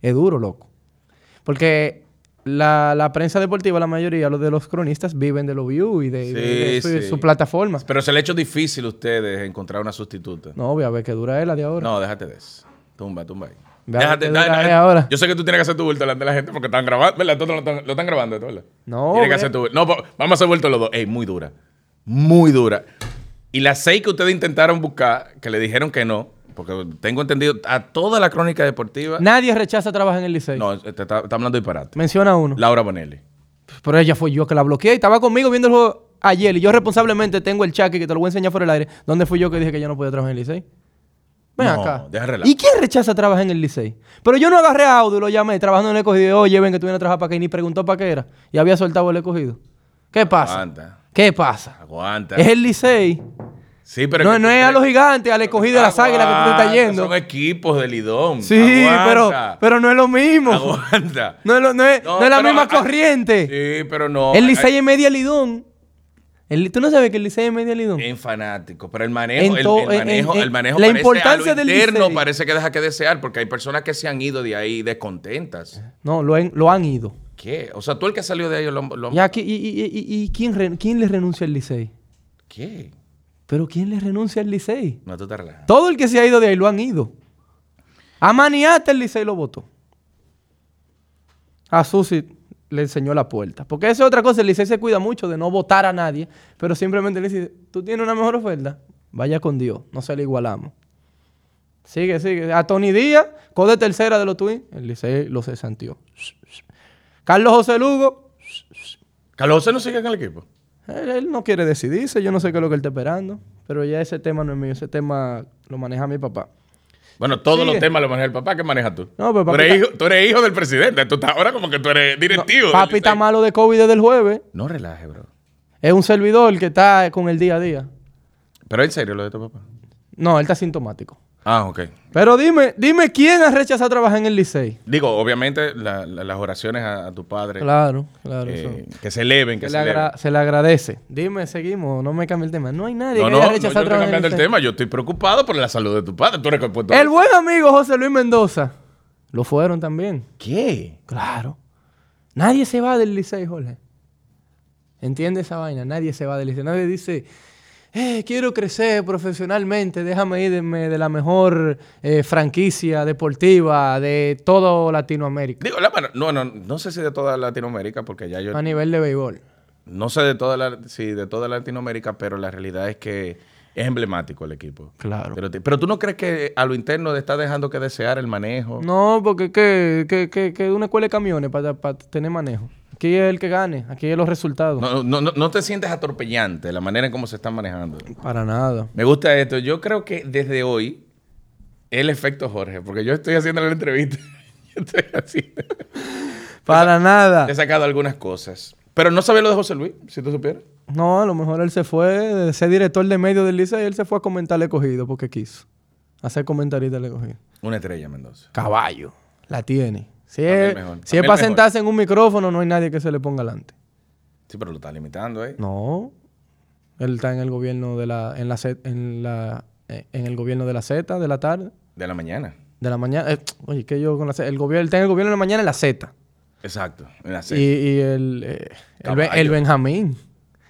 [SPEAKER 2] Es duro, loco. Porque la, la prensa deportiva, la mayoría los de los cronistas, viven de los views y de, de- de
[SPEAKER 3] Sí,
[SPEAKER 2] su,
[SPEAKER 3] sí.
[SPEAKER 2] su plataforma.
[SPEAKER 3] Pero se le ha hecho difícil a ustedes encontrar una sustituta.
[SPEAKER 2] No, voy a ver qué dura es la de ahora.
[SPEAKER 3] No, déjate de eso. Tumba, tumba ahí.
[SPEAKER 2] Ve a ver qué
[SPEAKER 3] da-
[SPEAKER 2] dura
[SPEAKER 3] da-
[SPEAKER 2] es ahora.
[SPEAKER 3] Yo sé que tú tienes que hacer tu vuelta delante de la gente porque están grabando. ¿Verdad? Todos lo están, lo están grabando, ¿verdad?
[SPEAKER 2] No,
[SPEAKER 3] Tienes que
[SPEAKER 2] ve.
[SPEAKER 3] hacer tu vuelta. No, po- vamos a hacer vuelta los dos. Ey, muy dura. Muy dura. Y las seis que ustedes intentaron buscar, que le dijeron que no, porque tengo entendido a toda la crónica deportiva.
[SPEAKER 2] Nadie rechaza trabajar en el Licey.
[SPEAKER 3] No, te está, está hablando disparate.
[SPEAKER 2] Menciona uno.
[SPEAKER 3] Laura Bonelli.
[SPEAKER 2] Pero ella fue yo que la bloqueé y estaba conmigo viendo el juego ayer. Y yo responsablemente tengo el chat que te lo voy a enseñar por el aire. ¿Dónde fui yo que dije que yo no podía trabajar en el Licey? Ven
[SPEAKER 3] No,
[SPEAKER 2] acá.
[SPEAKER 3] deja relajo.
[SPEAKER 2] ¿Y quién rechaza trabajar en el Licey? Pero yo no agarré a Audio y lo llamé trabajando en el escogido. y, Oye, ven que tú vienes a trabajar para acá y ni preguntó para qué era. Y había soltado el escogido. ¿Qué pasa?
[SPEAKER 3] Aguanta.
[SPEAKER 2] ¿Qué pasa?
[SPEAKER 3] Aguanta.
[SPEAKER 2] Es el Licey.
[SPEAKER 3] Sí, pero
[SPEAKER 2] No,
[SPEAKER 3] que-
[SPEAKER 2] no es a los gigantes, al escogido de las águilas que tú te estás
[SPEAKER 3] Aguanta,
[SPEAKER 2] yendo.
[SPEAKER 3] Son equipos del Lidón.
[SPEAKER 2] Sí, pero,
[SPEAKER 3] Aguanta.
[SPEAKER 2] pero no es lo mismo.
[SPEAKER 3] Aguanta.
[SPEAKER 2] No es, lo- no es- no es la
[SPEAKER 3] pero-
[SPEAKER 2] misma
[SPEAKER 3] ah,
[SPEAKER 2] corriente.
[SPEAKER 3] Sí, pero no.
[SPEAKER 2] El
[SPEAKER 3] Ay,
[SPEAKER 2] Licey es media lidón. El li- ¿Tú no sabes que el Licey es media lidón?
[SPEAKER 3] En fanático, pero el manejo,
[SPEAKER 2] En
[SPEAKER 3] el-
[SPEAKER 2] to-
[SPEAKER 3] el,
[SPEAKER 2] en-
[SPEAKER 3] manejo,
[SPEAKER 2] en-
[SPEAKER 3] el manejo
[SPEAKER 2] la
[SPEAKER 3] parece
[SPEAKER 2] importancia
[SPEAKER 3] a lo
[SPEAKER 2] del
[SPEAKER 3] interno
[SPEAKER 2] Licey.
[SPEAKER 3] parece que deja que desear, porque hay personas que se han ido de ahí descontentas.
[SPEAKER 2] No, lo, han- lo han ido.
[SPEAKER 3] ¿Qué? O sea, tú el que salió de ahí lo, lo-
[SPEAKER 2] Ya, ¿qui- y, y- y- y- y quién, re- quién le renuncia al Licey?
[SPEAKER 3] ¿Qué?
[SPEAKER 2] Pero ¿quién le renuncia al Licey?
[SPEAKER 3] No, tú te relajas.
[SPEAKER 2] Todo el que se ha ido de ahí lo han ido. A Maniata el Licey lo votó. A Susi le enseñó la puerta. Porque esa es otra cosa. El Licey se cuida mucho de no votar a nadie. Pero simplemente le dice, tú tienes una mejor oferta. Vaya con Dios. No se le igualamos. Sigue, sigue. A Tony Díaz, de tercera de los Twins. El Licey lo cesanteó. Carlos José Lugo.
[SPEAKER 3] Carlos José no sigue en el equipo.
[SPEAKER 2] Él, él no quiere decidirse. Yo no sé qué es lo que él está esperando. Pero ya ese tema no es mío. Ese tema lo maneja mi papá.
[SPEAKER 3] Bueno, todos
[SPEAKER 2] Sigue.
[SPEAKER 3] los temas los maneja el papá. ¿Qué manejas tú?
[SPEAKER 2] No, pero papi
[SPEAKER 3] tú, eres
[SPEAKER 2] está-
[SPEAKER 3] hijo, tú eres hijo del presidente. Tú estás ahora como que tú eres directivo. del
[SPEAKER 2] Papi está
[SPEAKER 3] Licey.
[SPEAKER 2] malo de COVID desde el jueves.
[SPEAKER 3] No relaje, bro.
[SPEAKER 2] Es un servidor que está con el día a día.
[SPEAKER 3] Pero en serio lo de tu papá.
[SPEAKER 2] No, él está sintomático.
[SPEAKER 3] Ah, ok.
[SPEAKER 2] Pero dime, dime quién ha rechazado trabajar en el Licey.
[SPEAKER 3] Digo, obviamente, la- la- las oraciones a, a tu padre.
[SPEAKER 2] Claro, claro. eso.
[SPEAKER 3] eh, que se eleven, que
[SPEAKER 2] Se,
[SPEAKER 3] se,
[SPEAKER 2] le agra-
[SPEAKER 3] eleven.
[SPEAKER 2] se le agradece. Dime, seguimos. No me cambie el tema. No hay nadie
[SPEAKER 3] No,
[SPEAKER 2] que
[SPEAKER 3] no,
[SPEAKER 2] haya
[SPEAKER 3] no, yo
[SPEAKER 2] rechazado
[SPEAKER 3] estoy
[SPEAKER 2] trabajar en
[SPEAKER 3] cambiando el
[SPEAKER 2] Licey.
[SPEAKER 3] tema. Yo estoy preocupado por la salud de tu padre. Tú eres compuesto.
[SPEAKER 2] El buen amigo José Luis Mendoza. Lo fueron también.
[SPEAKER 3] ¿Qué?
[SPEAKER 2] Claro. Nadie se va del Licey, Jorge. Entiende esa vaina. Nadie se va del Licey. Nadie dice, "Eh, quiero crecer profesionalmente, déjame irme de la mejor eh, franquicia deportiva de todo Latinoamérica.
[SPEAKER 3] Digo, la, bueno, no, no, no sé si de toda Latinoamérica, porque ya yo
[SPEAKER 2] A nivel de béisbol.
[SPEAKER 3] no sé de toda la, sí, de toda Latinoamérica, pero la realidad es que es emblemático el equipo.
[SPEAKER 2] Claro.
[SPEAKER 3] Pero, te- pero tú no crees que a lo interno le está dejando que desear el manejo.
[SPEAKER 2] No, porque que, que, que, que una escuela de camiones para, para tener manejo. Aquí es el que gane, aquí es los resultados.
[SPEAKER 3] No, no, no, no te sientes atropellante la manera en cómo se están manejando.
[SPEAKER 2] Para nada.
[SPEAKER 3] Me gusta esto. Yo creo que desde hoy, el efecto Jorge, porque yo estoy haciendo la entrevista. Yo estoy haciendo-
[SPEAKER 2] Para nada.
[SPEAKER 3] He sacado algunas cosas. Pero no sabía lo de José Luis, si tú supieras.
[SPEAKER 2] No, a lo mejor él se fue de ser director de medio del Licey, él se fue a comentarle cogido porque quiso. A ser comentarista le cogido.
[SPEAKER 3] Una estrella, Mendoza.
[SPEAKER 2] Caballo. La tiene. Si
[SPEAKER 3] Para mí el
[SPEAKER 2] es,
[SPEAKER 3] mejor.
[SPEAKER 2] si
[SPEAKER 3] Para
[SPEAKER 2] es
[SPEAKER 3] mí
[SPEAKER 2] para
[SPEAKER 3] el mejor.
[SPEAKER 2] sentarse en un micrófono, no hay nadie que se le ponga adelante.
[SPEAKER 3] Sí, pero lo está limitando, ¿eh?
[SPEAKER 2] No. Él está en el gobierno de la, en la, Z- en la, eh, en el gobierno de la Z de la tarde,
[SPEAKER 3] De la mañana.
[SPEAKER 2] de la mañana. Eh, oye, que yo con la Z, el gobierno, él está en el gobierno de la mañana en la Z.
[SPEAKER 3] Exacto. En la
[SPEAKER 2] Y,
[SPEAKER 3] serie.
[SPEAKER 2] y el, eh, el, Ben-
[SPEAKER 3] Caballo.
[SPEAKER 2] el Benjamín.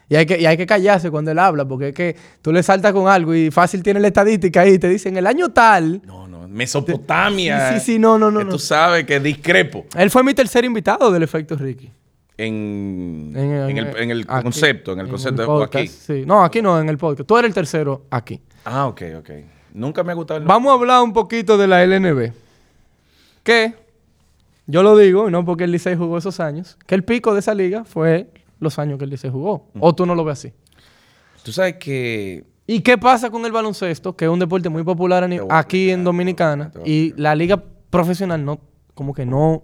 [SPEAKER 2] Y hay, que, y hay que callarse cuando él habla, porque es que tú le saltas con algo y fácil tiene la estadística ahí y te dicen, el año tal,
[SPEAKER 3] No, no. Mesopotamia.
[SPEAKER 2] Sí, sí, sí, no, no, no,
[SPEAKER 3] Que
[SPEAKER 2] no.
[SPEAKER 3] Tú sabes que discrepo
[SPEAKER 2] él fue mi tercer invitado del Efecto Ricky.
[SPEAKER 3] en, en, el, en el
[SPEAKER 2] aquí.
[SPEAKER 3] concepto, en el concepto de
[SPEAKER 2] podcast,
[SPEAKER 3] Joaquín.
[SPEAKER 2] sí. No, aquí no, en el podcast. Tú eres el tercero aquí.
[SPEAKER 3] Ah, ok, ok. Nunca me ha gustado el
[SPEAKER 2] Vamos a hablar un poquito de la LNB. Que, yo lo digo, y no porque el Licey jugó esos años, que el pico de esa liga fue los años que el Licey jugó.
[SPEAKER 3] Mm.
[SPEAKER 2] O tú no lo ves así.
[SPEAKER 3] Tú sabes que
[SPEAKER 2] ¿Y qué pasa con el baloncesto? Que es un deporte muy popular a ni-
[SPEAKER 3] Te voy a
[SPEAKER 2] aquí en
[SPEAKER 3] explicar,
[SPEAKER 2] Dominicana.
[SPEAKER 3] te voy a
[SPEAKER 2] Y la liga profesional no, como que no,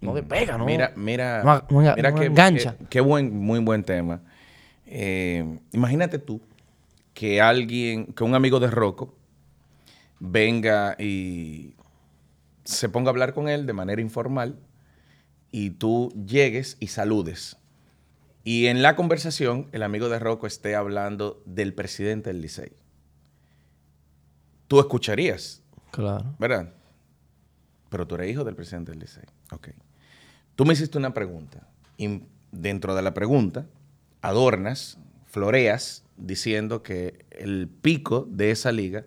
[SPEAKER 2] no le pega, ¿no?
[SPEAKER 3] Mm. Mira, mira,
[SPEAKER 2] No a- no enga-
[SPEAKER 3] mira
[SPEAKER 2] no
[SPEAKER 3] qué,
[SPEAKER 2] engancha.
[SPEAKER 3] qué- qué buen, muy buen tema. Eh, imagínate tú que alguien, que un amigo de Rocco venga y se ponga a hablar con él de manera informal y tú llegues y saludes. Y en la conversación, el amigo de Rocco esté hablando del presidente del Licey. Tú escucharías
[SPEAKER 2] Claro.
[SPEAKER 3] ¿Verdad? Pero tú eres hijo del presidente del Licey. Ok. Tú me hiciste una pregunta. Y dentro de la pregunta, adornas, floreas, diciendo que el pico de esa liga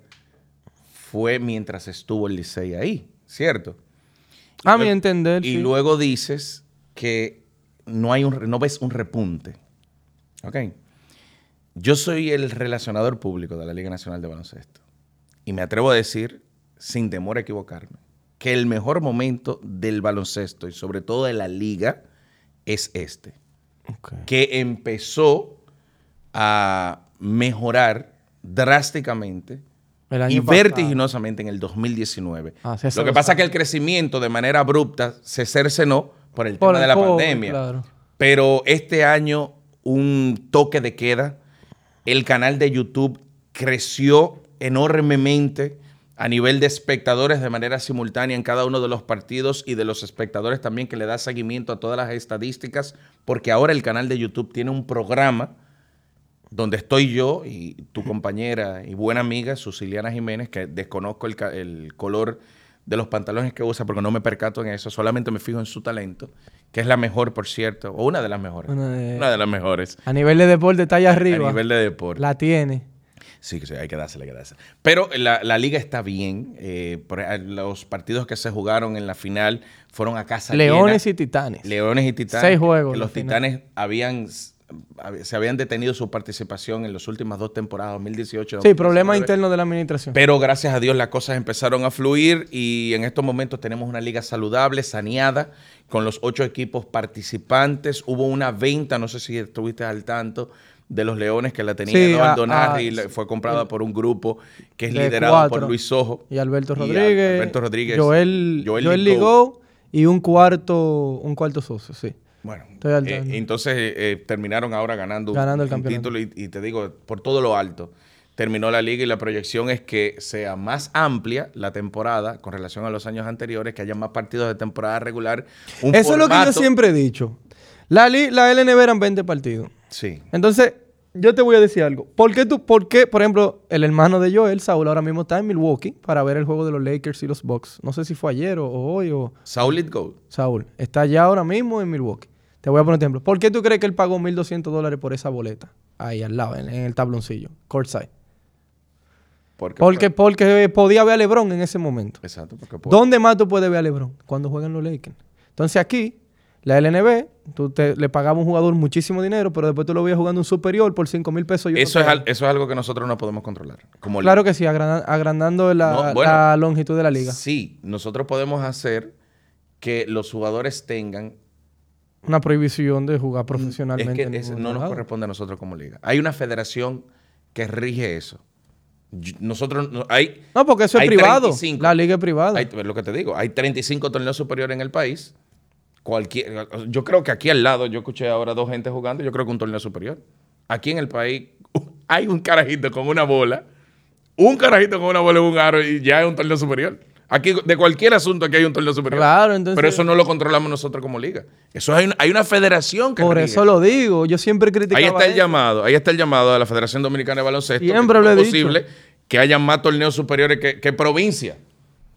[SPEAKER 3] fue mientras estuvo el Licey ahí, ¿cierto?
[SPEAKER 2] A mi
[SPEAKER 3] Luego-
[SPEAKER 2] entender,
[SPEAKER 3] Y
[SPEAKER 2] Ah, sí.
[SPEAKER 3] luego dices que no, hay un, re- no ves un repunte. ¿Ok? Yo soy el relacionador público de la Liga Nacional de Baloncesto. Y me atrevo a decir, sin temor a equivocarme, que el mejor momento del baloncesto y sobre todo de la liga es este
[SPEAKER 2] Ok.
[SPEAKER 3] que empezó a mejorar drásticamente
[SPEAKER 2] El año
[SPEAKER 3] y
[SPEAKER 2] pasado.
[SPEAKER 3] vertiginosamente en el 2019.
[SPEAKER 2] Ah, sí, eso
[SPEAKER 3] Lo que
[SPEAKER 2] lo
[SPEAKER 3] pasa
[SPEAKER 2] sabe.
[SPEAKER 3] es que el crecimiento de manera abrupta se cercenó por el
[SPEAKER 2] Por
[SPEAKER 3] tema
[SPEAKER 2] el
[SPEAKER 3] de la
[SPEAKER 2] COVID,
[SPEAKER 3] pandemia.
[SPEAKER 2] claro.
[SPEAKER 3] Pero este año un toque de queda, el canal de YouTube creció enormemente a nivel de espectadores de manera simultánea en cada uno de los partidos y de los espectadores también que le da seguimiento a todas las estadísticas, porque ahora el canal de YouTube tiene un programa donde estoy yo y tu compañera y buena amiga, Susiliana Jiménez, que desconozco el, ca- el color de los pantalones que usa porque no me percato en eso, solamente me fijo en su talento, que es la mejor, por cierto, o una de las mejores.
[SPEAKER 2] Una de-
[SPEAKER 3] Una de las mejores.
[SPEAKER 2] A nivel de deporte está allá arriba.
[SPEAKER 3] A nivel de deporte.
[SPEAKER 2] La tiene.
[SPEAKER 3] Sí, que sí, hay que dársela, hay que dársela. Pero la, la liga está bien. eh, por- eh, los partidos que se jugaron en la final fueron a casa
[SPEAKER 2] Leones
[SPEAKER 3] llena.
[SPEAKER 2] y titanes.
[SPEAKER 3] Leones y Titanes.
[SPEAKER 2] Seis juegos
[SPEAKER 3] que
[SPEAKER 2] la
[SPEAKER 3] los
[SPEAKER 2] final.
[SPEAKER 3] Titanes habían hab- se habían detenido su participación en las últimas dos temporadas, 2018
[SPEAKER 2] sí, problemas
[SPEAKER 3] 2019.
[SPEAKER 2] internos de la administración.
[SPEAKER 3] Pero gracias a Dios las cosas empezaron a fluir y en estos momentos tenemos una liga saludable, saneada, con los ocho equipos participantes. Hubo una venta, no sé si estuviste al tanto, de los Leones que la tenía
[SPEAKER 2] Sí,
[SPEAKER 3] Eduardo
[SPEAKER 2] a-
[SPEAKER 3] Narri,
[SPEAKER 2] a-
[SPEAKER 3] y la- fue comprada por un grupo que es
[SPEAKER 2] de
[SPEAKER 3] liderado
[SPEAKER 2] cuatro.
[SPEAKER 3] por Luis Ojo.
[SPEAKER 2] y Alberto
[SPEAKER 3] y
[SPEAKER 2] Rodríguez.
[SPEAKER 3] Alberto Rodríguez.
[SPEAKER 2] Joel, Joel,
[SPEAKER 3] Joel
[SPEAKER 2] Ligou.
[SPEAKER 3] Ligou.
[SPEAKER 2] y un cuarto, un cuarto socio, sí.
[SPEAKER 3] Bueno,
[SPEAKER 2] Estoy al
[SPEAKER 3] eh,
[SPEAKER 2] tanto.
[SPEAKER 3] entonces eh, terminaron ahora ganando,
[SPEAKER 2] Ganando el
[SPEAKER 3] un
[SPEAKER 2] campeonato.
[SPEAKER 3] título y, y te digo, por todo lo alto, terminó la liga y la proyección es que sea más amplia la temporada con relación a los años anteriores, que haya más partidos de temporada regular. un
[SPEAKER 2] Eso es lo que yo
[SPEAKER 3] formato-
[SPEAKER 2] siempre he dicho. La, li- la LNB eran 20 partidos.
[SPEAKER 3] Sí,
[SPEAKER 2] Entonces, yo te voy a decir algo. ¿Por qué tú, por qué, por ejemplo, el hermano de Joel, Saúl, ahora mismo está en Milwaukee para ver el juego de los Lakers y los Bucks? No sé si fue ayer o, o hoy o
[SPEAKER 3] Solid Gold.
[SPEAKER 2] Saúl. Está allá ahora mismo en Milwaukee. Te voy a poner un ejemplo. ¿Por qué tú crees que él pagó 1.200 dólares por esa boleta? Ahí al lado, en, en el tabloncillo, courtside.
[SPEAKER 3] Porque,
[SPEAKER 2] Porque, porque podía ver a LeBron en ese momento.
[SPEAKER 3] Exacto, porque puede-
[SPEAKER 2] ¿Dónde más tú puedes ver a LeBron? Cuando juegan los Lakers. Entonces aquí, la LNB, tú te- le pagabas a un jugador muchísimo dinero, pero después tú lo veías jugando un superior por 5 mil pesos. y otro
[SPEAKER 3] eso, es,
[SPEAKER 2] por-
[SPEAKER 3] al- eso es algo que nosotros no podemos controlar. Como
[SPEAKER 2] Claro que sí, agranda- agrandando la,
[SPEAKER 3] No, bueno.
[SPEAKER 2] la longitud de la liga.
[SPEAKER 3] Sí, nosotros podemos hacer que los jugadores tengan
[SPEAKER 2] Una prohibición de jugar
[SPEAKER 3] Mm, Es
[SPEAKER 2] profesionalmente.
[SPEAKER 3] que
[SPEAKER 2] en
[SPEAKER 3] es-
[SPEAKER 2] ningún
[SPEAKER 3] no nos
[SPEAKER 2] lado.
[SPEAKER 3] corresponde a nosotros como liga. Hay una federación que rige eso. Yo- Nosotros no- hay,
[SPEAKER 2] No, porque eso es
[SPEAKER 3] Hay
[SPEAKER 2] privado.
[SPEAKER 3] 35.
[SPEAKER 2] La liga es privada.
[SPEAKER 3] hay- lo que te digo, hay 35 torneos superiores en el país. Cualquier, yo creo que aquí al lado, yo escuché ahora dos gente jugando, yo creo que un torneo superior. Aquí en el país hay un carajito con una bola, un carajito con una bola y un aro y ya es un torneo superior. Aquí de cualquier asunto aquí hay un torneo superior.
[SPEAKER 2] Claro, entonces-
[SPEAKER 3] Pero eso no lo controlamos nosotros como liga. Eso hay una, hay una federación que
[SPEAKER 2] Por
[SPEAKER 3] rige
[SPEAKER 2] eso lo digo. Yo siempre criticaba.
[SPEAKER 3] Ahí está el
[SPEAKER 2] eso.
[SPEAKER 3] llamado, ahí está el llamado de la Federación Dominicana de Baloncesto.
[SPEAKER 2] Siempre
[SPEAKER 3] que
[SPEAKER 2] lo he
[SPEAKER 3] es
[SPEAKER 2] dicho.
[SPEAKER 3] posible que haya más torneos superiores que, que provincia.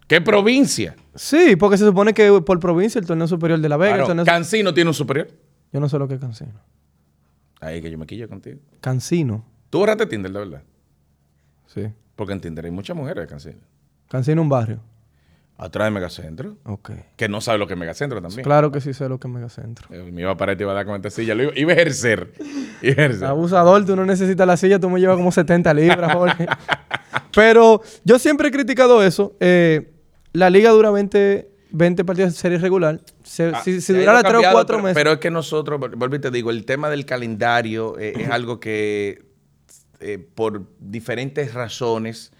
[SPEAKER 3] ¿Qué provincia?
[SPEAKER 2] Sí, porque se supone que por provincia el torneo superior de La Vega. el
[SPEAKER 3] Claro,
[SPEAKER 2] torneo-
[SPEAKER 3] Cancino tiene un superior.
[SPEAKER 2] Yo no sé lo que es Cancino.
[SPEAKER 3] Ahí que yo me quillo contigo.
[SPEAKER 2] Cancino.
[SPEAKER 3] Tú borraste Tinder, la verdad.
[SPEAKER 2] Sí.
[SPEAKER 3] Porque en Tinder hay muchas mujeres de Cancino.
[SPEAKER 2] Cancino un barrio.
[SPEAKER 3] Atrás de Megacentro,
[SPEAKER 2] Ok.
[SPEAKER 3] que no sabe lo que es Megacentro también.
[SPEAKER 2] Claro que sí sé lo que es Megacentro.
[SPEAKER 3] Eh, Me iba a parar y te iba a dar con esta silla. Lo iba, iba a ejercer. Iba a
[SPEAKER 2] Ah,
[SPEAKER 3] ejercer.
[SPEAKER 2] Abusador, tú no necesitas la silla, tú me llevas como 70 libras, Jorge. Pero yo siempre he criticado eso. Eh, la liga dura 20, 20 partidos de serie regular. Se-
[SPEAKER 3] Ah,
[SPEAKER 2] si, si
[SPEAKER 3] se ha ido
[SPEAKER 2] durara 3 o
[SPEAKER 3] cambiando,
[SPEAKER 2] 4
[SPEAKER 3] pero-
[SPEAKER 2] meses.
[SPEAKER 3] Pero es que nosotros, vol- vuelvo y te digo, el tema del calendario eh, es algo que eh, por diferentes razones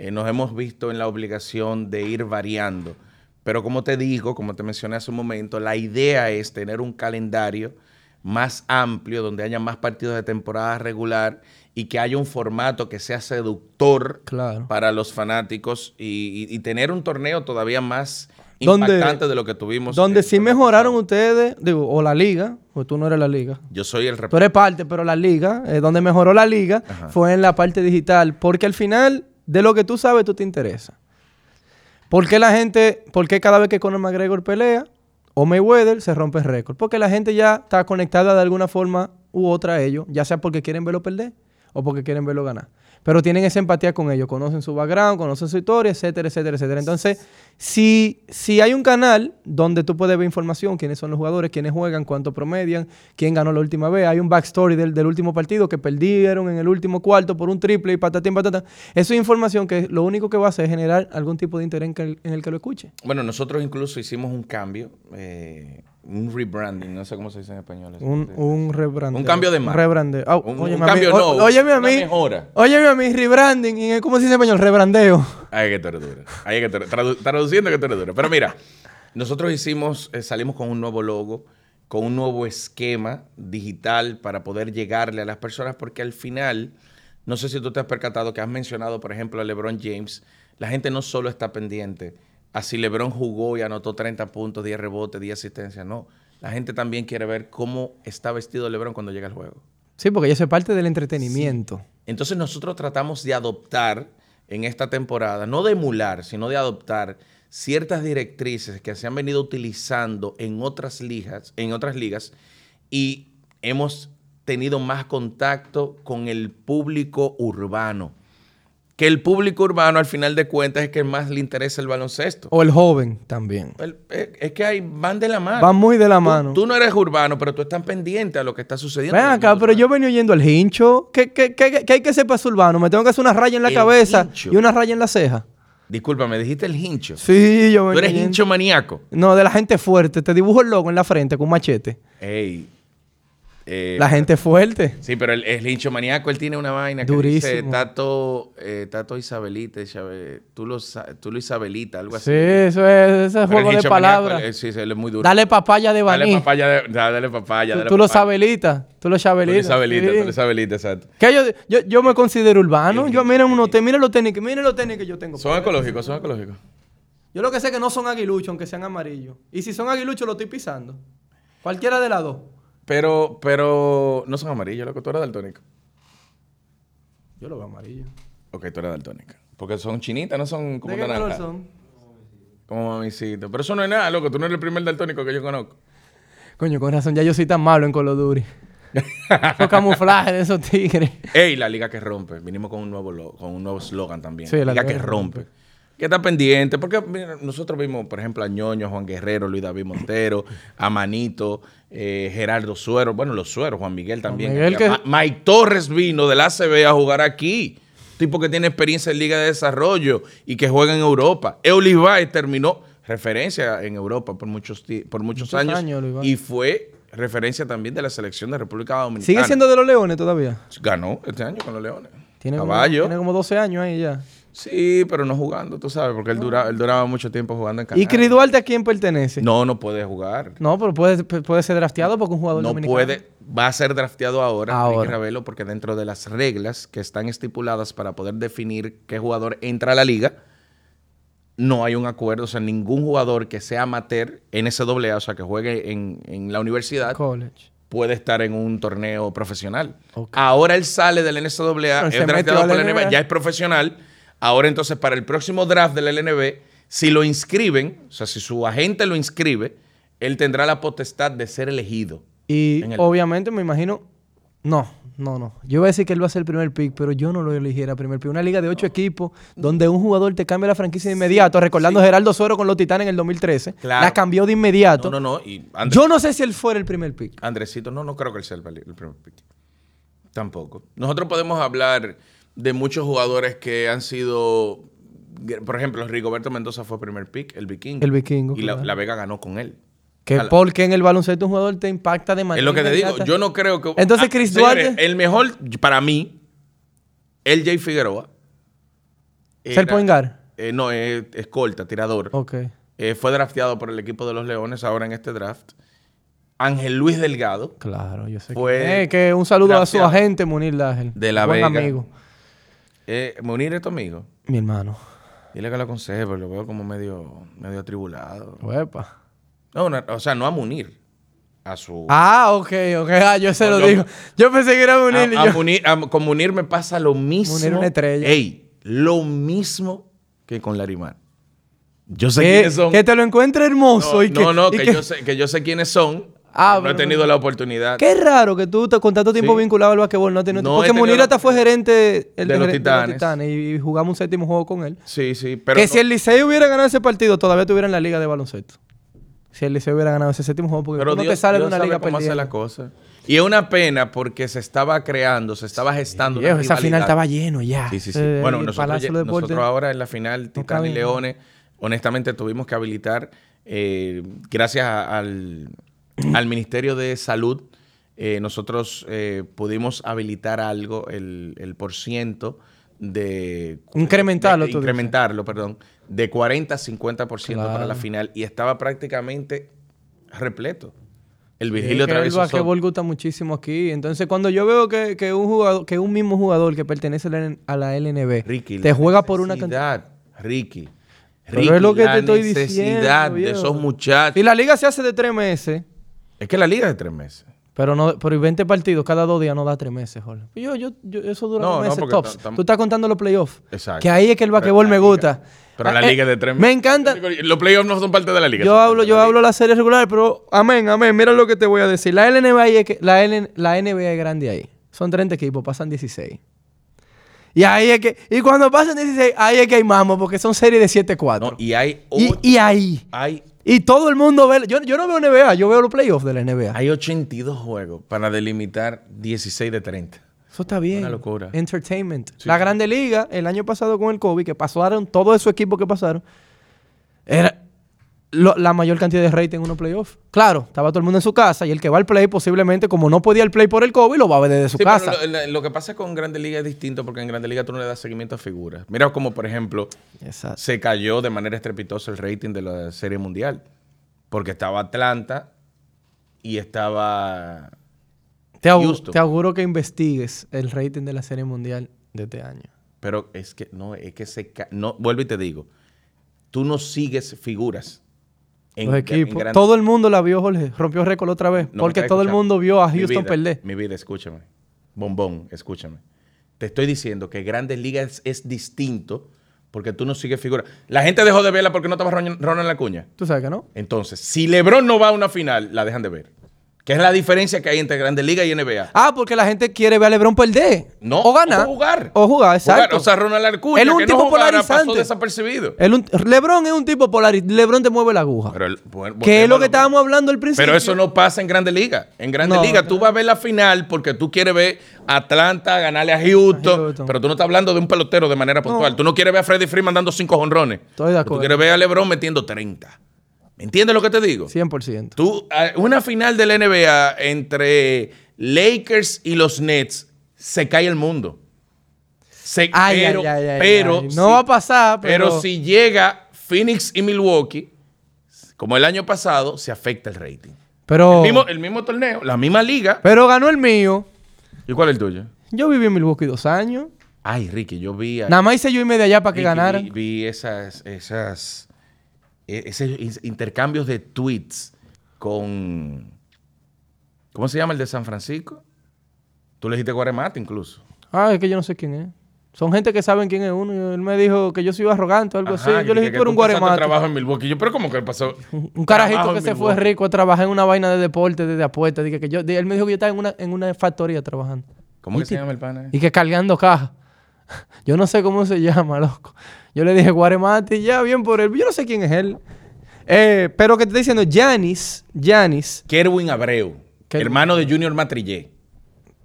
[SPEAKER 3] eh, nos hemos visto en la obligación de ir variando. Pero como te digo, como te mencioné hace un momento, la idea es tener un calendario más amplio, donde haya más partidos de temporada regular y que haya un formato que sea seductor
[SPEAKER 2] Claro.
[SPEAKER 3] para los fanáticos y, y- y tener un torneo todavía más
[SPEAKER 2] Donde-
[SPEAKER 3] impactante de lo que tuvimos.
[SPEAKER 2] Donde
[SPEAKER 3] el
[SPEAKER 2] sí
[SPEAKER 3] torneo
[SPEAKER 2] mejoraron
[SPEAKER 3] pasado.
[SPEAKER 2] ustedes, digo, o la liga, porque tú no eres la liga.
[SPEAKER 3] Yo soy el
[SPEAKER 2] Tú
[SPEAKER 3] reportero.
[SPEAKER 2] eres parte, pero la liga, eh, donde mejoró la liga, fue en la parte digital. Porque al final, de lo que tú sabes, tú te interesa. ¿Por qué la gente, por qué cada vez que Conor McGregor pelea o Mayweather se rompe el récord? Porque la gente ya está conectada de alguna forma u otra a ellos, ya sea porque quieren verlo perder o porque quieren verlo ganar. Pero tienen esa empatía con ellos, conocen su background, conocen su historia, etcétera, etcétera, etcétera. Entonces, si, si hay un canal donde tú puedes ver información, quiénes son los jugadores, quiénes juegan, cuánto promedian, quién ganó la última vez, hay un backstory del, del último partido que perdieron en el último cuarto por un triple y patatín, patatán. Eso es información que lo único que va a hacer es generar algún tipo de interés en, que el- en el que lo escuche.
[SPEAKER 3] Bueno, nosotros incluso hicimos un cambio, eh, un rebranding, no sé cómo se dice en español. eso.
[SPEAKER 2] Un, un rebrandeo.
[SPEAKER 3] Un cambio de marca.
[SPEAKER 2] Rebrandeo. Ah,
[SPEAKER 3] Un- un
[SPEAKER 2] óyeme a mí,
[SPEAKER 3] cambio
[SPEAKER 2] o-
[SPEAKER 3] no,
[SPEAKER 2] Óyeme a
[SPEAKER 3] una
[SPEAKER 2] mí.
[SPEAKER 3] mejora.
[SPEAKER 2] Óyeme a mí, rebranding. ¿y ¿Cómo se dice en español? Rebrandeo.
[SPEAKER 3] Ay, que tú eres dura. Ay, que tú eres- tradu- traduciendo que tú eres dura. Pero mira, nosotros hicimos, eh, salimos con un nuevo logo, con un nuevo esquema digital para poder llegarle a las personas, porque al final, no sé si tú te has percatado que has mencionado, por ejemplo, a LeBron James, la gente no solo está pendiente a si LeBron jugó y anotó 30 puntos, 10 rebotes, 10 asistencias, no. La gente también quiere ver cómo está vestido LeBron cuando llega al juego.
[SPEAKER 2] Sí, porque ya eso es parte del entretenimiento.
[SPEAKER 3] Entonces nosotros tratamos de adoptar en esta temporada, no de emular, sino de adoptar ciertas directrices que se han venido utilizando en otras ligas, en otras ligas y hemos tenido más contacto con el público urbano. Que el público urbano, al final de cuentas, es que más le interesa el baloncesto.
[SPEAKER 2] O el joven también.
[SPEAKER 3] El- eh, es que ahí van de la mano.
[SPEAKER 2] Van muy de la
[SPEAKER 3] Tú-
[SPEAKER 2] mano.
[SPEAKER 3] Tú, no eres urbano, pero tú estás pendiente a lo que está sucediendo.
[SPEAKER 2] Ven
[SPEAKER 3] en el
[SPEAKER 2] acá,
[SPEAKER 3] mundo
[SPEAKER 2] pero yo
[SPEAKER 3] urbano.
[SPEAKER 2] venía oyendo el hincho. ¿Qué, qué, qué, qué hay que sepa urbano? Me tengo que hacer una raya en la
[SPEAKER 3] El
[SPEAKER 2] cabeza
[SPEAKER 3] hincho.
[SPEAKER 2] y una raya en la ceja.
[SPEAKER 3] Discúlpame, dijiste el hincho.
[SPEAKER 2] Sí, yo venía
[SPEAKER 3] Tú eres
[SPEAKER 2] oyendo.
[SPEAKER 3] hincho maníaco.
[SPEAKER 2] No, de la gente fuerte. Te dibujo el logo en la frente con un machete.
[SPEAKER 3] Ey. Eh,
[SPEAKER 2] La gente fuerte.
[SPEAKER 3] Sí, pero el, el hincho maníaco, él tiene una vaina que
[SPEAKER 2] Durísimo.
[SPEAKER 3] dice Tato, eh, Tato Isabelita, Isabel- tú, lo, sa- tú lo Isabelita, algo
[SPEAKER 2] Sí,
[SPEAKER 3] así.
[SPEAKER 2] eso es, ese es
[SPEAKER 3] Pero el
[SPEAKER 2] juego de
[SPEAKER 3] hincho maníaco,
[SPEAKER 2] palabras.
[SPEAKER 3] él- sí, sí, él es muy duro.
[SPEAKER 2] Dale papaya de
[SPEAKER 3] Dale
[SPEAKER 2] baní.
[SPEAKER 3] papaya, de- dale papaya.
[SPEAKER 2] Tú,
[SPEAKER 3] dale
[SPEAKER 2] tú lo
[SPEAKER 3] papaya.
[SPEAKER 2] sabelitas. Tú lo
[SPEAKER 3] Tú lo
[SPEAKER 2] sabelitas.
[SPEAKER 3] Isabelita,
[SPEAKER 2] sí.
[SPEAKER 3] tú lo Isabelita, exacto.
[SPEAKER 2] Que yo, yo, yo me considero urbano.
[SPEAKER 3] Sí,
[SPEAKER 2] Yo,
[SPEAKER 3] sí,
[SPEAKER 2] mira
[SPEAKER 3] sí,
[SPEAKER 2] unos
[SPEAKER 3] sí.
[SPEAKER 2] tenis, mira los tenis, que- mira los tenis que yo tengo.
[SPEAKER 3] Son ecológicos, son ecológicos.
[SPEAKER 2] Yo lo que sé es que no son aguiluchos, aunque sean amarillos. Y si son aguiluchos, lo estoy pisando. Cualquiera de las dos.
[SPEAKER 3] Pero, pero, no son amarillos, loco, tú eres daltónico.
[SPEAKER 2] Yo lo veo amarillo.
[SPEAKER 3] Ok, tú eres daltónica. Porque son chinitas, no son como
[SPEAKER 2] ¿De qué color
[SPEAKER 3] naranjas.
[SPEAKER 2] son?
[SPEAKER 3] Como mamicito. Pero eso no es nada, loco. Tú no eres el primer daltónico que yo conozco.
[SPEAKER 2] Coño, con razón, ya yo soy tan malo en Call of Duty. Esos camuflajes de esos tigres.
[SPEAKER 3] Ey, la liga que rompe. Vinimos con un nuevo lo- con un nuevo slogan también.
[SPEAKER 2] Sí,
[SPEAKER 3] la
[SPEAKER 2] la
[SPEAKER 3] liga
[SPEAKER 2] liga
[SPEAKER 3] que
[SPEAKER 2] que
[SPEAKER 3] rompe. Que está pendiente. Porque mira, nosotros vimos, por ejemplo, a Ñoño, a Juan Guerrero, Luis David Montero, a Manito, eh, Gerardo Suero. Bueno, los sueros, Juan Miguel también.
[SPEAKER 2] Miguel
[SPEAKER 3] Aquí a-
[SPEAKER 2] que-
[SPEAKER 3] Ma- Mike Torres vino del ACB a jugar aquí. Tipo que tiene experiencia en Liga de Desarrollo y que juega en Europa. Eulis Baez terminó referencia en Europa por muchos, ti- por muchos,
[SPEAKER 2] Muchos
[SPEAKER 3] años.
[SPEAKER 2] años, Eulis Baez.
[SPEAKER 3] y fue referencia también de la selección de República Dominicana.
[SPEAKER 2] ¿Sigue siendo de los leones todavía?
[SPEAKER 3] Ganó este año con los Leones.
[SPEAKER 2] Tiene como,
[SPEAKER 3] Caballo.
[SPEAKER 2] tiene como 12 años ahí ya.
[SPEAKER 3] Sí, pero no jugando, tú sabes, porque él, dura- él duraba mucho tiempo jugando en Canadá.
[SPEAKER 2] ¿Y Cris Duarte a quién pertenece?
[SPEAKER 3] No, no puede jugar.
[SPEAKER 2] No, pero puede, puede ser drafteado porque un jugador
[SPEAKER 3] No
[SPEAKER 2] dominicano.
[SPEAKER 3] puede, va a ser drafteado ahora,
[SPEAKER 2] Ahora.
[SPEAKER 3] Enrique Ravelo, porque dentro de las reglas que están estipuladas para poder definir qué jugador entra a la liga, no hay un acuerdo. O sea, ningún jugador que sea amateur en SAA, o sea, que juegue en, en la universidad,
[SPEAKER 2] College.
[SPEAKER 3] puede estar en un torneo profesional.
[SPEAKER 2] Ok.
[SPEAKER 3] Ahora él sale del NCAA,
[SPEAKER 2] Pero
[SPEAKER 3] es
[SPEAKER 2] se
[SPEAKER 3] drafteado
[SPEAKER 2] metió
[SPEAKER 3] por
[SPEAKER 2] al
[SPEAKER 3] la NBA,
[SPEAKER 2] NBA.
[SPEAKER 3] ya es profesional. Ahora entonces para el próximo draft del LNB, si lo inscriben, o sea, si su agente lo inscribe, él tendrá la potestad de ser elegido.
[SPEAKER 2] Y
[SPEAKER 3] En el-
[SPEAKER 2] obviamente me imagino. No, no, no. Yo iba a decir que él va a ser el primer pick, pero yo no lo eligiera primer pick. Una liga de ocho equipos donde un jugador te cambia la franquicia de inmediato. Recordando a Geraldo Suero con los Titanes en el 2013.
[SPEAKER 3] Claro.
[SPEAKER 2] La cambió de inmediato.
[SPEAKER 3] No, no, no. Y Andre-
[SPEAKER 2] Yo no sé si él fuera el primer pick.
[SPEAKER 3] Andresito, no, no creo que él sea el, el primer pick. Tampoco. Nosotros podemos hablar de muchos jugadores que han sido, por ejemplo, Rigoberto Mendoza fue primer pick, el vikingo.
[SPEAKER 2] El vikingo,
[SPEAKER 3] Y la-
[SPEAKER 2] claro.
[SPEAKER 3] la Vega ganó con él.
[SPEAKER 2] Que
[SPEAKER 3] Ojalá.
[SPEAKER 2] porque en el baloncesto un jugador te impacta de manera.
[SPEAKER 3] Es lo que te digo.
[SPEAKER 2] inmediata.
[SPEAKER 3] Yo no creo que. Ah,
[SPEAKER 2] Entonces, Chris
[SPEAKER 3] señores,
[SPEAKER 2] Duarte-
[SPEAKER 3] El mejor para mí, el Jay Figueroa.
[SPEAKER 2] ¿Es el
[SPEAKER 3] era-
[SPEAKER 2] point guard?
[SPEAKER 3] eh, no, es, es corta, tirador.
[SPEAKER 2] Ok.
[SPEAKER 3] Eh, fue drafteado por el equipo de los Leones ahora en este draft. Ángel Luis Delgado,
[SPEAKER 2] Claro, yo sé.
[SPEAKER 3] Fue
[SPEAKER 2] que, Eh, que un saludo
[SPEAKER 3] drafteado.
[SPEAKER 2] a su agente, Munir Lágel.
[SPEAKER 3] De la
[SPEAKER 2] Buen
[SPEAKER 3] Vega.
[SPEAKER 2] amigo.
[SPEAKER 3] eh, me uniré a tu amigo.
[SPEAKER 2] Mi hermano.
[SPEAKER 3] Dile que lo aconseje, pero lo veo como medio, medio atribulado.
[SPEAKER 2] Uepa.
[SPEAKER 3] No, no, o sea, no a Munir. A su.
[SPEAKER 2] Ah, ok, ok. Ah, yo se
[SPEAKER 3] No,
[SPEAKER 2] lo
[SPEAKER 3] yo-
[SPEAKER 2] digo. Yo pensé que era
[SPEAKER 3] A-
[SPEAKER 2] Munir. y
[SPEAKER 3] a
[SPEAKER 2] yo-
[SPEAKER 3] Munir- a- con Munir me pasa lo mismo.
[SPEAKER 2] Munir una estrella.
[SPEAKER 3] Ey, lo mismo que con Larimar. Yo sé
[SPEAKER 2] que,
[SPEAKER 3] quiénes son.
[SPEAKER 2] que te lo encuentre hermoso
[SPEAKER 3] no,
[SPEAKER 2] y que,
[SPEAKER 3] no, no,
[SPEAKER 2] y
[SPEAKER 3] que,
[SPEAKER 2] que-
[SPEAKER 3] yo sé, que yo sé quiénes son.
[SPEAKER 2] Ah,
[SPEAKER 3] no he
[SPEAKER 2] pero-
[SPEAKER 3] tenido la oportunidad.
[SPEAKER 2] Qué raro que tú te- con tanto tiempo
[SPEAKER 3] Sí.
[SPEAKER 2] vinculado al basquetbol no has tenido-
[SPEAKER 3] No he
[SPEAKER 2] Porque
[SPEAKER 3] tenido
[SPEAKER 2] Munir
[SPEAKER 3] la-
[SPEAKER 2] hasta fue gerente
[SPEAKER 3] de
[SPEAKER 2] el-
[SPEAKER 3] los
[SPEAKER 2] de,
[SPEAKER 3] Titanes.
[SPEAKER 2] y, y jugamos un séptimo juego con él.
[SPEAKER 3] Sí, sí, pero.
[SPEAKER 2] que
[SPEAKER 3] no-
[SPEAKER 2] si el Liceo hubiera ganado ese partido, todavía estuviera en la liga de baloncesto. Si el Liceo hubiera ganado ese séptimo juego, porque
[SPEAKER 3] pero
[SPEAKER 2] tú no
[SPEAKER 3] Dios-
[SPEAKER 2] te sales de
[SPEAKER 3] Dios
[SPEAKER 2] una
[SPEAKER 3] sabe
[SPEAKER 2] liga
[SPEAKER 3] cómo hacer
[SPEAKER 2] perdida.
[SPEAKER 3] la cosa. Y es una pena porque se estaba creando, se estaba gestando. una
[SPEAKER 2] esa final
[SPEAKER 3] rivalidad.
[SPEAKER 2] estaba lleno ya.
[SPEAKER 3] Sí, sí, sí.
[SPEAKER 2] Eh,
[SPEAKER 3] bueno,
[SPEAKER 2] el
[SPEAKER 3] nosotros,
[SPEAKER 2] Palacio
[SPEAKER 3] ya-
[SPEAKER 2] de Deportes.
[SPEAKER 3] nosotros ahora en la final, Titán y
[SPEAKER 2] cabe.
[SPEAKER 3] Leones, honestamente tuvimos que habilitar, eh, gracias a- al, al Ministerio de Salud, eh, nosotros eh, pudimos habilitar algo, el, el por ciento de...
[SPEAKER 2] Incrementarlo,
[SPEAKER 3] de-
[SPEAKER 2] tú dices.
[SPEAKER 3] incrementarlo, perdón. De 40 a 50% para la
[SPEAKER 2] Claro.
[SPEAKER 3] final. Y estaba prácticamente repleto. El
[SPEAKER 2] Sí,
[SPEAKER 3] Virgilio
[SPEAKER 2] Eh, que
[SPEAKER 3] Travieso
[SPEAKER 2] El
[SPEAKER 3] Soto.
[SPEAKER 2] basquetbol gusta muchísimo aquí. Entonces, cuando yo veo que, que un jugador, que un mismo jugador que pertenece a la N- a la LNB
[SPEAKER 3] Ricky,
[SPEAKER 2] te
[SPEAKER 3] la
[SPEAKER 2] juega por una cantidad.
[SPEAKER 3] necesidad, Ricky.
[SPEAKER 2] Pero es lo que
[SPEAKER 3] la
[SPEAKER 2] te estoy
[SPEAKER 3] necesidad
[SPEAKER 2] diciendo,
[SPEAKER 3] de
[SPEAKER 2] viejo.
[SPEAKER 3] esos muchachos.
[SPEAKER 2] Si la liga se hace de tres meses,
[SPEAKER 3] Es que la liga es de tres meses.
[SPEAKER 2] Pero no, pero y 20 partidos cada dos días no da tres meses, Jorge. Pues Yo, yo, yo- eso dura
[SPEAKER 3] No,
[SPEAKER 2] dos
[SPEAKER 3] no,
[SPEAKER 2] meses
[SPEAKER 3] porque
[SPEAKER 2] tops.
[SPEAKER 3] tam- tam-
[SPEAKER 2] Tú estás contando los playoffs.
[SPEAKER 3] Exacto.
[SPEAKER 2] Que ahí es que el
[SPEAKER 3] Pero
[SPEAKER 2] basquetbol
[SPEAKER 3] la
[SPEAKER 2] me
[SPEAKER 3] liga-
[SPEAKER 2] gusta.
[SPEAKER 3] Pero la
[SPEAKER 2] Ah, eh,
[SPEAKER 3] liga es de tres
[SPEAKER 2] Me encanta.
[SPEAKER 3] Los playoffs no son parte de la liga.
[SPEAKER 2] Yo
[SPEAKER 3] son
[SPEAKER 2] hablo,
[SPEAKER 3] parte de
[SPEAKER 2] yo
[SPEAKER 3] la
[SPEAKER 2] hablo
[SPEAKER 3] liga.
[SPEAKER 2] la serie regular, pero amén, amén. Mira lo que te voy a decir. La LNBA es, que- la LN la NBA es grande ahí. Son 30 equipos, pasan 16. Y ahí es que. Y cuando pasan 16, ahí es que hay mamos, porque son series de 7-4.
[SPEAKER 3] No, y hay
[SPEAKER 2] y,
[SPEAKER 3] ocho-
[SPEAKER 2] y ahí.
[SPEAKER 3] hay,
[SPEAKER 2] Y todo el mundo ve. Yo, yo no veo NBA, yo veo los playoffs de la NBA.
[SPEAKER 3] hay 82 juegos para delimitar 16 de 30.
[SPEAKER 2] Eso está bien.
[SPEAKER 3] Una locura.
[SPEAKER 2] Entertainment. la Grande Liga, el año pasado con el COVID, que pasaron todos esos equipos que pasaron, era lo- la mayor cantidad de rating en unos playoffs. Claro, estaba todo el mundo en su casa y el que va al play posiblemente, como no podía el play por el COVID, lo va a ver desde su
[SPEAKER 3] Sí, pero
[SPEAKER 2] casa.
[SPEAKER 3] Lo, lo- lo que pasa con Grande Liga es distinto porque en Grande Liga tú no le das seguimiento a figuras. Mira como, por ejemplo,
[SPEAKER 2] Exacto.
[SPEAKER 3] se cayó de manera estrepitosa el rating de la Serie Mundial. Porque estaba Atlanta y estaba...
[SPEAKER 2] Te, auguro-
[SPEAKER 3] Houston.
[SPEAKER 2] te auguro que investigues el rating de la Serie Mundial de este año.
[SPEAKER 3] Pero es que no, es que se... ca- No, vuelvo y te digo. Tú no sigues figuras. en
[SPEAKER 2] Los
[SPEAKER 3] gra- en
[SPEAKER 2] equipos.
[SPEAKER 3] Grande-
[SPEAKER 2] Todo el mundo la vio, Jorge. Rompió récord otra vez.
[SPEAKER 3] No me
[SPEAKER 2] porque
[SPEAKER 3] estás
[SPEAKER 2] todo el
[SPEAKER 3] escuchando.
[SPEAKER 2] mundo vio a
[SPEAKER 3] Mi
[SPEAKER 2] Houston
[SPEAKER 3] vida,
[SPEAKER 2] perder.
[SPEAKER 3] Mi vida, escúchame. Bombón, escúchame. Te estoy diciendo que Grandes Ligas es, es distinto porque tú no sigues figura. La gente dejó de verla porque no estaba Ron- Ronald Acuña.
[SPEAKER 2] Tú sabes que no.
[SPEAKER 3] Entonces, si LeBron no va a una final, la dejan de ver. Que es la diferencia que hay entre Grandes Ligas y NBA.
[SPEAKER 2] Ah, porque la gente quiere ver a LeBron perder.
[SPEAKER 3] No,
[SPEAKER 2] o ganar.
[SPEAKER 3] jugar.
[SPEAKER 2] O jugar, exacto.
[SPEAKER 3] Jugar. O sea, Ronald Acuña,
[SPEAKER 2] Él es un
[SPEAKER 3] que
[SPEAKER 2] tipo
[SPEAKER 3] no jugara, pasó
[SPEAKER 2] polarizante.
[SPEAKER 3] desapercibido.
[SPEAKER 2] El un- LeBron es un tipo polarizado. LeBron te mueve la aguja.
[SPEAKER 3] Pero el- bueno,
[SPEAKER 2] que es lo que
[SPEAKER 3] bueno,
[SPEAKER 2] estábamos hablando al principio.
[SPEAKER 3] Pero eso no pasa en Grandes Ligas. En Grandes
[SPEAKER 2] No,
[SPEAKER 3] Ligas tú vas a ver la final porque tú quieres ver a Atlanta ganarle a Houston,
[SPEAKER 2] A Houston.
[SPEAKER 3] Pero tú no estás hablando de un pelotero de manera puntual. Tú no quieres ver a Freddy Freeman dando cinco jonrones.
[SPEAKER 2] Estoy de
[SPEAKER 3] Tú
[SPEAKER 2] acuerdo.
[SPEAKER 3] quieres ver a LeBron metiendo 30. ¿Me entiendes lo que te digo?
[SPEAKER 2] 100%.
[SPEAKER 3] Tú, a- una final del NBA entre Lakers y los Nets, se cae el mundo. Se,
[SPEAKER 2] Ay,
[SPEAKER 3] pero,
[SPEAKER 2] ay, ay, ay,
[SPEAKER 3] pero
[SPEAKER 2] ay. No
[SPEAKER 3] si-
[SPEAKER 2] va a pasar, pero...
[SPEAKER 3] pero, si llega Phoenix y Milwaukee, como el año pasado, se afecta el rating.
[SPEAKER 2] Pero,
[SPEAKER 3] El mismo, el mismo torneo, la misma liga.
[SPEAKER 2] pero ganó el mío.
[SPEAKER 3] ¿Y cuál es el tuyo?
[SPEAKER 2] Yo viví en Milwaukee dos años.
[SPEAKER 3] Ay, Ricky, yo vi a-
[SPEAKER 2] Nada más hice yo irme de allá para que
[SPEAKER 3] Ricky,
[SPEAKER 2] ganara.
[SPEAKER 3] Vi, vi esas, esas e- ese in- intercambios de tweets con ¿Cómo se llama el de San Francisco? Tú le dijiste Guaremate incluso.
[SPEAKER 2] Ah, es que yo no sé quién es. Son gente que saben quién es uno. y Él me dijo que yo soy arrogante o algo
[SPEAKER 3] Ajá,
[SPEAKER 2] así. Yo le dije que, era un
[SPEAKER 3] tú empezaste
[SPEAKER 2] guaremate.
[SPEAKER 3] trabajo en Milwaukee. Yo, pero como que pasó?
[SPEAKER 2] Un carajito
[SPEAKER 3] Trabajo
[SPEAKER 2] que
[SPEAKER 3] en
[SPEAKER 2] se fue
[SPEAKER 3] Milwaukee.
[SPEAKER 2] rico a trabajar en una vaina de deporte, de, de apuestas. Dije que yo, de- él me dijo que yo estaba en una, en una factoría trabajando.
[SPEAKER 3] ¿Cómo
[SPEAKER 2] Y
[SPEAKER 3] que se
[SPEAKER 2] ti-
[SPEAKER 3] llama el pana?
[SPEAKER 2] Y que cargando cajas. Yo no sé cómo se llama, loco. Yo le dije, Guaremate, ya, bien por él. Yo no sé quién es él. Eh, pero que te estoy diciendo, Janis, Janis,
[SPEAKER 3] Kerwin Abreu,
[SPEAKER 2] Kerwin.
[SPEAKER 3] hermano de Junior Matrillé.